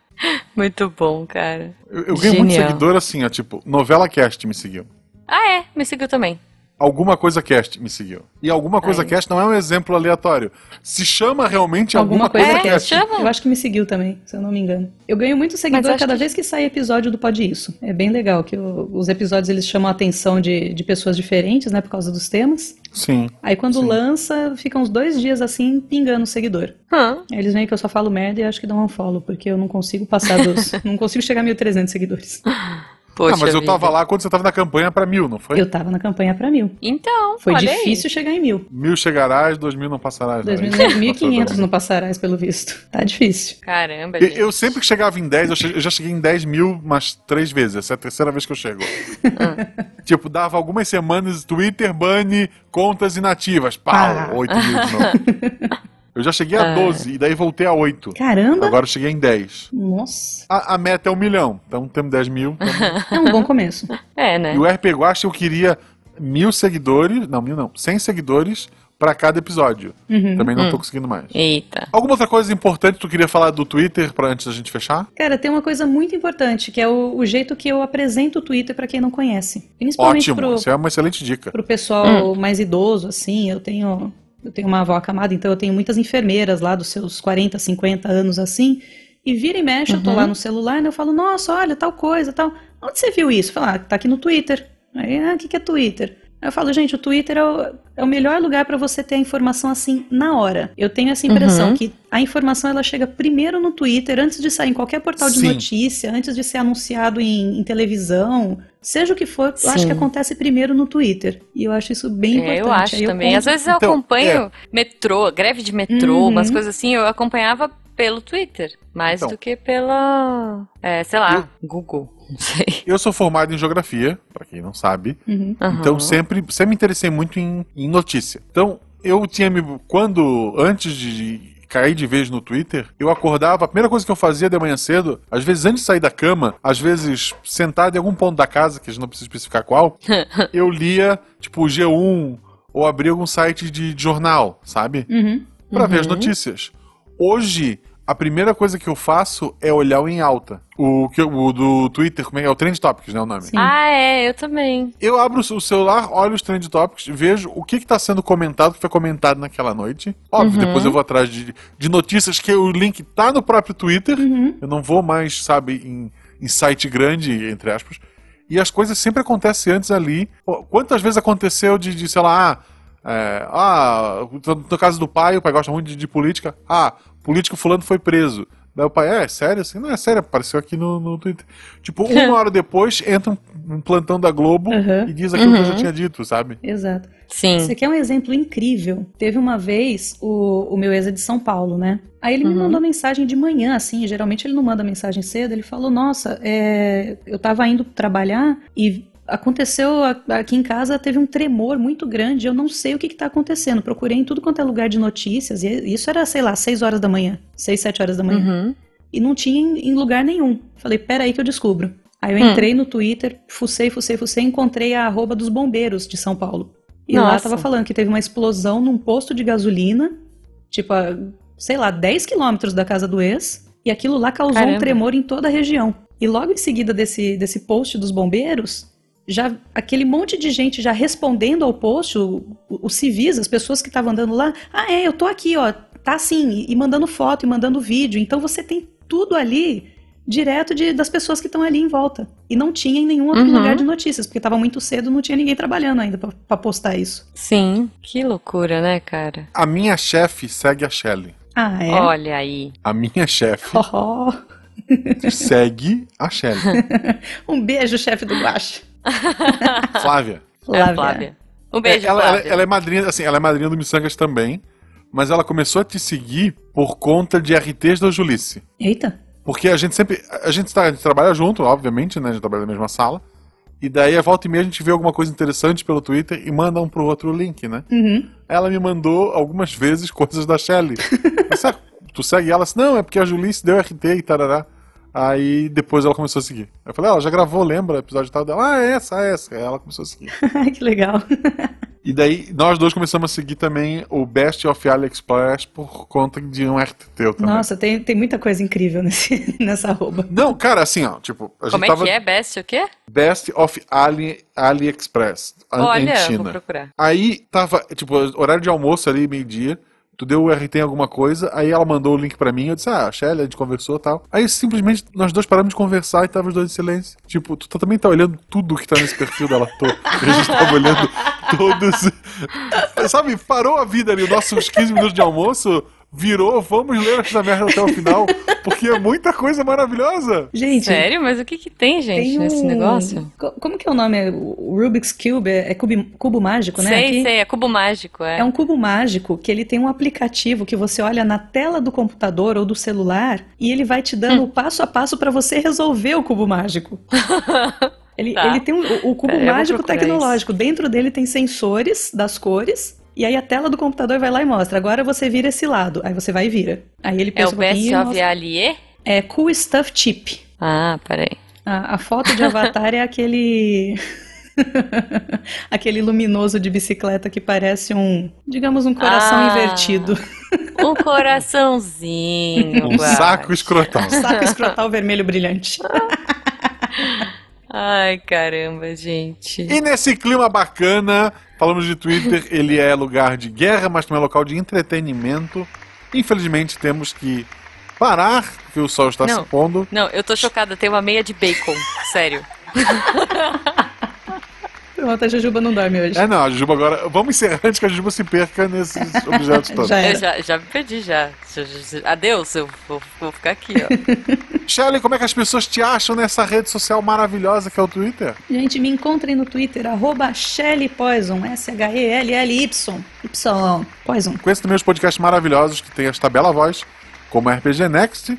[SPEAKER 2] Muito bom, cara.
[SPEAKER 1] Eu, eu ganho muito
[SPEAKER 2] Genial.
[SPEAKER 1] seguidor assim, ó, tipo, novela cast me seguiu.
[SPEAKER 2] Ah, é, me seguiu também.
[SPEAKER 1] Alguma coisa cast me seguiu. E alguma coisa
[SPEAKER 2] Aí.
[SPEAKER 1] cast não é um exemplo aleatório. Se chama realmente alguma, assim.
[SPEAKER 3] Alguma Coisa
[SPEAKER 2] é,
[SPEAKER 3] Cast. Eu
[SPEAKER 2] chama.
[SPEAKER 3] acho que me seguiu também, se eu não me engano. Eu ganho muito seguidor
[SPEAKER 2] acho
[SPEAKER 3] cada
[SPEAKER 2] que-
[SPEAKER 3] vez que sai episódio do Pode Isso. É bem legal que o- os episódios eles chamam a atenção de, de pessoas diferentes, né, por causa dos temas.
[SPEAKER 1] Sim. Ah,
[SPEAKER 3] Aí quando
[SPEAKER 1] Sim.
[SPEAKER 3] lança, fica uns dois dias assim, pingando o seguidor.
[SPEAKER 2] Hã?
[SPEAKER 3] Aí eles veem que eu só falo merda e acho que dão um follow, porque eu não consigo passar dos... não consigo chegar a 1.300 seguidores.
[SPEAKER 2] Poxa
[SPEAKER 1] ah, mas eu
[SPEAKER 2] vida.
[SPEAKER 1] tava lá quando você tava na campanha pra mil, não foi?
[SPEAKER 3] Eu tava na campanha pra mil.
[SPEAKER 2] Então,
[SPEAKER 3] Foi
[SPEAKER 2] olha aí.
[SPEAKER 3] difícil chegar em mil.
[SPEAKER 1] Mil chegarás, dois mil não passarás.
[SPEAKER 3] Dois mil-
[SPEAKER 1] não é isso?
[SPEAKER 3] 1.500 no Passarás, pelo visto. Tá difícil.
[SPEAKER 2] Caramba,
[SPEAKER 1] Eu,
[SPEAKER 2] gente.
[SPEAKER 1] eu sempre que chegava em 10, eu, che- eu já cheguei em 10 mil umas três vezes. Essa é a terceira vez que eu chego. tipo, dava algumas semanas, Twitter, bane, contas inativas. Pau,
[SPEAKER 3] Ah.
[SPEAKER 1] 8 mil de novo. Eu já cheguei a
[SPEAKER 2] Ah.
[SPEAKER 1] 12 e daí voltei a 8.
[SPEAKER 3] Caramba!
[SPEAKER 1] Agora eu cheguei em 10.
[SPEAKER 3] Nossa,
[SPEAKER 1] A, a meta é um milhão, então temos 10 mil. tamo-
[SPEAKER 3] é um bom começo.
[SPEAKER 2] É, né?
[SPEAKER 1] E o RP Guacha eu queria mil seguidores, não, mil não, 100 seguidores pra cada episódio.
[SPEAKER 3] Uhum.
[SPEAKER 1] Também não tô conseguindo mais.
[SPEAKER 2] Eita.
[SPEAKER 1] Alguma outra coisa importante que tu queria falar do Twitter pra antes da gente fechar?
[SPEAKER 3] Cara, tem uma coisa muito importante, que é o, o jeito que eu apresento o Twitter pra quem não conhece. Principalmente
[SPEAKER 1] Ótimo,
[SPEAKER 3] pro,
[SPEAKER 1] isso é uma excelente dica.
[SPEAKER 3] pro pessoal
[SPEAKER 2] Hum.
[SPEAKER 3] mais idoso, assim, eu tenho eu tenho uma avó acamada, então eu tenho muitas enfermeiras lá dos seus 40, 50 anos, assim, e vira e mexe, eu tô
[SPEAKER 2] Uhum.
[SPEAKER 3] lá no celular, né, eu falo, nossa, olha, tal coisa, tal. Onde você viu isso? Fala, ah, tá aqui no Twitter. Aí, ah, o que que é Twitter? Aí eu falo, gente, o Twitter é o, é o melhor lugar pra você ter a informação, assim, na hora. Eu tenho essa impressão
[SPEAKER 2] Uhum.
[SPEAKER 3] que a informação, ela chega primeiro no Twitter, antes de sair em qualquer portal de
[SPEAKER 1] Sim.
[SPEAKER 3] notícia, antes de ser anunciado em- em televisão, Seja o que for, eu acho
[SPEAKER 2] Sim.
[SPEAKER 3] que acontece primeiro no Twitter. E eu acho isso bem
[SPEAKER 2] É,
[SPEAKER 3] importante.
[SPEAKER 2] eu acho
[SPEAKER 3] Aí
[SPEAKER 2] também.
[SPEAKER 3] conto-
[SPEAKER 2] Às vezes eu
[SPEAKER 1] Então,
[SPEAKER 2] acompanho metrô, greve de metrô,
[SPEAKER 3] Uhum.
[SPEAKER 2] umas coisas assim, eu acompanhava pelo Twitter, mais
[SPEAKER 1] Então.
[SPEAKER 2] do que pela, é, sei lá, Google, não sei.
[SPEAKER 1] Eu sou formado em geografia, pra quem não sabe.
[SPEAKER 3] Uhum.
[SPEAKER 2] Aham.
[SPEAKER 1] Então sempre, sempre me interessei muito em, em notícia. Então eu tinha me quando antes de cair de vez no Twitter, eu acordava, a primeira coisa que eu fazia de manhã cedo, às vezes antes de sair da cama, às vezes sentado em algum ponto da casa, que a gente não precisa especificar qual, eu lia tipo o G1 ou abria algum site de de jornal, sabe?
[SPEAKER 3] Uhum.
[SPEAKER 1] Pra ver as
[SPEAKER 2] Uhum.
[SPEAKER 1] notícias. Hoje a primeira coisa que eu faço é olhar o em alta. O, que eu- o do Twitter, como é que é? O Trend Topics, né? O nome.
[SPEAKER 3] Sim.
[SPEAKER 2] Ah, é, eu também.
[SPEAKER 1] Eu abro o celular, olho os trend topics, vejo o que está sendo comentado, o que foi comentado naquela noite. Óbvio,
[SPEAKER 2] Uhum.
[SPEAKER 1] depois eu vou atrás de, de notícias que o link tá no próprio Twitter.
[SPEAKER 3] Uhum.
[SPEAKER 1] Eu não vou mais, sabe, em, em site grande, entre aspas. E as coisas sempre acontecem antes ali. Pô, Quantas vezes aconteceu de, de, sei lá, ah, é, ah, no- no caso do pai, o pai gosta muito de, de política. Ah, político fulano foi preso. Daí o pai, é, sério? Assim, não é sério, apareceu aqui no, no Twitter. Tipo, uma hora depois, entra um, um plantão da Globo
[SPEAKER 3] Uhum.
[SPEAKER 1] e diz aquilo que eu já
[SPEAKER 2] Uhum.
[SPEAKER 1] tinha dito, sabe?
[SPEAKER 3] Exato.
[SPEAKER 2] Sim.
[SPEAKER 3] Você quer um exemplo incrível? Teve uma vez o, o meu ex é de São Paulo, né? Aí ele me
[SPEAKER 2] Uhum.
[SPEAKER 3] mandou mensagem de manhã, assim. Geralmente ele não manda mensagem cedo. Ele falou: Nossa, é, eu tava indo trabalhar e aconteceu a- aqui em casa, teve um tremor muito grande. Eu não sei o que, que tá acontecendo. Procurei em tudo quanto é lugar de notícias. E isso era, sei lá, 6 horas da manhã. 6, 7 horas da manhã.
[SPEAKER 2] Uhum.
[SPEAKER 3] e não tinha em, em lugar nenhum. Falei, peraí que eu descubro. Aí eu
[SPEAKER 2] Hum.
[SPEAKER 3] entrei no Twitter, fucei, fucei, fucei, encontrei a arroba dos bombeiros de São Paulo. E lá
[SPEAKER 2] Nossa.
[SPEAKER 3] tava falando que teve uma explosão num posto de gasolina, tipo, a, sei lá, 10 quilômetros da casa do ex, e aquilo lá causou um
[SPEAKER 2] Caramba.
[SPEAKER 3] tremor em toda a região. E logo em seguida desse, desse post dos bombeiros, já aquele monte de gente já respondendo ao post, o- o- os civis, as pessoas que estavam andando lá, ah, é, eu tô aqui, ó, tá assim, e- e mandando foto, e mandando vídeo. Então você tem tudo ali direto de, das pessoas que estão ali em volta. E não tinha em nenhum outro
[SPEAKER 2] Uhum.
[SPEAKER 3] lugar de notícias, porque tava muito cedo, não tinha ninguém trabalhando ainda pra- pra postar isso.
[SPEAKER 2] Sim. Que loucura, né, cara?
[SPEAKER 1] A minha chefe segue a Shelly.
[SPEAKER 3] Ah, é.
[SPEAKER 2] Olha aí.
[SPEAKER 1] A minha chefe
[SPEAKER 3] Ó,
[SPEAKER 1] segue a Shelly.
[SPEAKER 3] um beijo, chefe do Guache.
[SPEAKER 1] Flávia.
[SPEAKER 2] É a Flávia. Um beijo,
[SPEAKER 1] ela, ela-
[SPEAKER 2] Flávia.
[SPEAKER 1] ela é madrinha, assim, ela é madrinha do Missangas também, mas ela começou a te seguir por conta de RTs da Julice.
[SPEAKER 3] Eita.
[SPEAKER 1] Porque a gente sempre. A gente, tá, a gente trabalha junto, obviamente, né? A gente trabalha na mesma sala. E daí, a volta e meia, a gente vê alguma coisa interessante pelo Twitter e manda um pro outro o link, né?
[SPEAKER 3] Uhum.
[SPEAKER 1] Ela me mandou algumas vezes coisas da Shelly. Eu, "Sabe, tu segue ela? Assim, não, é porque a Julice deu RT e tarará. Aí depois ela começou a seguir. Eu falei, "Ah, ela já gravou, lembra? O episódio tal dela. Ah, é essa, é essa. Aí ela começou a seguir.
[SPEAKER 3] que legal.
[SPEAKER 1] E daí, nós dois começamos a seguir também o Best of AliExpress por conta de um RT teu também.
[SPEAKER 3] Nossa, tem, tem muita coisa incrível nesse, nessa arroba.
[SPEAKER 1] Não, cara, assim, ó, tipo, a gente
[SPEAKER 2] Como é
[SPEAKER 1] tava
[SPEAKER 2] que é, Best? O quê?
[SPEAKER 1] Best of Ali, AliExpress, a-
[SPEAKER 2] Olha,
[SPEAKER 1] em
[SPEAKER 2] vou
[SPEAKER 1] China.
[SPEAKER 2] procurar.
[SPEAKER 1] Aí tava, tipo, horário de almoço ali, meio-dia. Tu deu o RT em alguma coisa, aí ela mandou o link pra mim, eu disse, ah, Shelly, a gente conversou e tal. Aí simplesmente nós dois paramos de conversar e tava os dois em silêncio. Tipo, tu tá- também tá olhando tudo que tá nesse perfil dela. Tô, a gente tava olhando todos. Sabe, parou a vida ali, os nossos 15 minutos de almoço, virou, vamos ler essa merda até o final, porque é muita coisa maravilhosa.
[SPEAKER 3] Gente,
[SPEAKER 2] Sério? Mas o que que tem, gente,
[SPEAKER 3] tem um...
[SPEAKER 2] nesse negócio?
[SPEAKER 3] Co- Como que é o nome? É O Rubik's Cube é, é cubi- cubo mágico, né?
[SPEAKER 2] Sei,
[SPEAKER 3] Aqui?
[SPEAKER 2] sei. É cubo mágico, é.
[SPEAKER 3] É um cubo mágico que ele tem um aplicativo que você olha na tela do computador ou do celular e ele vai te
[SPEAKER 2] Hum.
[SPEAKER 3] dando o passo a passo para você resolver o cubo mágico. Ele,
[SPEAKER 2] Tá.
[SPEAKER 3] ele tem um- o, o cubo
[SPEAKER 2] Eu vou
[SPEAKER 3] mágico
[SPEAKER 2] procurar
[SPEAKER 3] tecnológico. Dentro dele tem sensores das cores. E aí a tela do computador vai lá e mostra. Agora você vira esse lado. Aí você vai e vira. Aí ele
[SPEAKER 2] É o
[SPEAKER 3] pensa um pouquinho
[SPEAKER 2] Best
[SPEAKER 3] e
[SPEAKER 2] of
[SPEAKER 3] mostra.
[SPEAKER 2] Allier?
[SPEAKER 3] É Cool Stuff Chip.
[SPEAKER 2] Ah, peraí.
[SPEAKER 3] A, a foto de Avatar é aquele. aquele luminoso de bicicleta que parece um, digamos, um coração
[SPEAKER 2] Ah.
[SPEAKER 3] invertido.
[SPEAKER 2] Um coraçãozinho.
[SPEAKER 1] Um
[SPEAKER 2] Guache.
[SPEAKER 1] saco escrotal.
[SPEAKER 3] Um saco escrotal vermelho brilhante.
[SPEAKER 2] Ai, caramba, gente.
[SPEAKER 1] E nesse clima bacana, falamos de Twitter, ele é lugar de guerra, mas também é local de entretenimento. Infelizmente, temos que parar, porque o sol está
[SPEAKER 2] Não.
[SPEAKER 1] se pondo.
[SPEAKER 2] Não, eu tô chocada. Tem uma meia de bacon. Sério.
[SPEAKER 3] Pronto, a Jujuba não dorme hoje.
[SPEAKER 1] É, não, a Juba agora. Vamos encerrar antes que a Juba se perca nesses objetos todos.
[SPEAKER 3] É, Já
[SPEAKER 2] Eu
[SPEAKER 3] era.
[SPEAKER 2] já, já me perdi, já. Já- já- já- Adeus, eu vou, vou ficar aqui, ó.
[SPEAKER 1] Shelley, como é que as pessoas te acham nessa rede social maravilhosa que é o Twitter?
[SPEAKER 3] Gente, me encontrem no Twitter, arroba Shelly Poison, S-H-E-L-L-Y. Y. Poison.
[SPEAKER 1] Conheça também os podcasts maravilhosos que tem esta bela voz, como a RPG Next,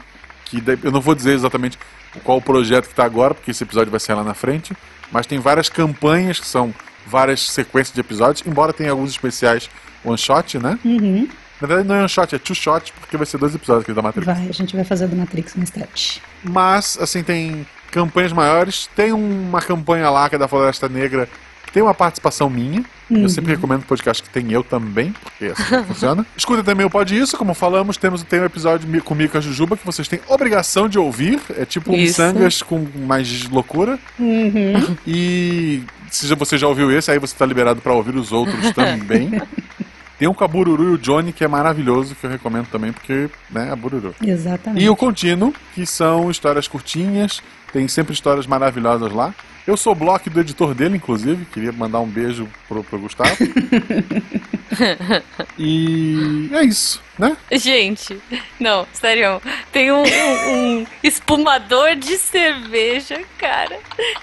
[SPEAKER 1] que de- eu não vou dizer exatamente qual o projeto que está agora, porque esse episódio vai ser lá na frente, mas tem várias campanhas, que são várias sequências de episódios, embora tenha alguns especiais one-shot, né?
[SPEAKER 3] Uhum.
[SPEAKER 1] Na verdade não é one-shot, é two-shot, porque vai ser dois episódios aqui da Matrix.
[SPEAKER 3] Vai, a gente vai fazer do Matrix mais tarde.
[SPEAKER 1] Mas, assim, tem campanhas maiores, tem uma campanha lá que é da Floresta Negra, que tem uma participação minha, eu sempre recomendo podcast que tem eu também, porque assim que funciona. Escutem também o Pode Isso, como falamos, temos tem um episódio mi- com Mica Jujuba que vocês têm obrigação de ouvir. É tipo um
[SPEAKER 2] Isso.
[SPEAKER 1] sangas com mais loucura.
[SPEAKER 3] Uhum.
[SPEAKER 1] E se já- você já ouviu esse, aí você tá liberado pra ouvir os outros também. Tem um com a Bururu e o Johnny, que é maravilhoso, que eu recomendo também, porque, né, a Bururu.
[SPEAKER 3] Exatamente.
[SPEAKER 1] E o Contínuo, que são histórias curtinhas, tem sempre histórias maravilhosas lá. Eu sou o bloco do editor dele, inclusive, queria mandar um beijo pro, pro Gustavo. e é isso, né?
[SPEAKER 2] Gente, não, sério. Tem um, um- um espumador de cerveja, cara.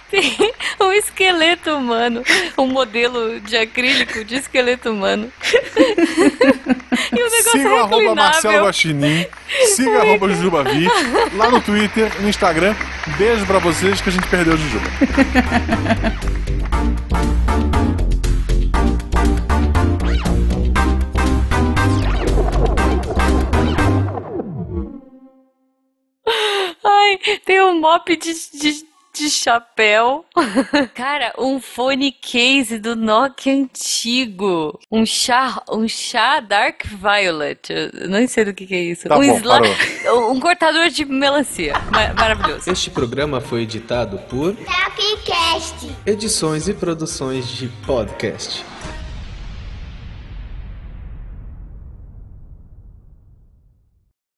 [SPEAKER 2] Tem um esqueleto humano. Um modelo de acrílico de esqueleto humano. E o negócio
[SPEAKER 1] Siga
[SPEAKER 2] é
[SPEAKER 1] o arroba Marcelo
[SPEAKER 2] reclinável.
[SPEAKER 1] Guaxinim, siga o arroba Jujubavi, lá no Twitter, no Instagram. Beijo pra vocês que a gente perdeu o Jujuba.
[SPEAKER 2] Ai, tem um mop de, de de chapéu. Cara, um fone case do Nokia antigo. Um chá, um chá Dark Violet. Eu não sei do que, que é isso.
[SPEAKER 1] Tá
[SPEAKER 2] um,
[SPEAKER 1] bom,
[SPEAKER 2] sla-
[SPEAKER 1] parou.
[SPEAKER 2] um cortador de melancia. Ma- maravilhoso.
[SPEAKER 4] Este programa foi editado por
[SPEAKER 5] Tapcast.
[SPEAKER 4] Edições e Produções de Podcast.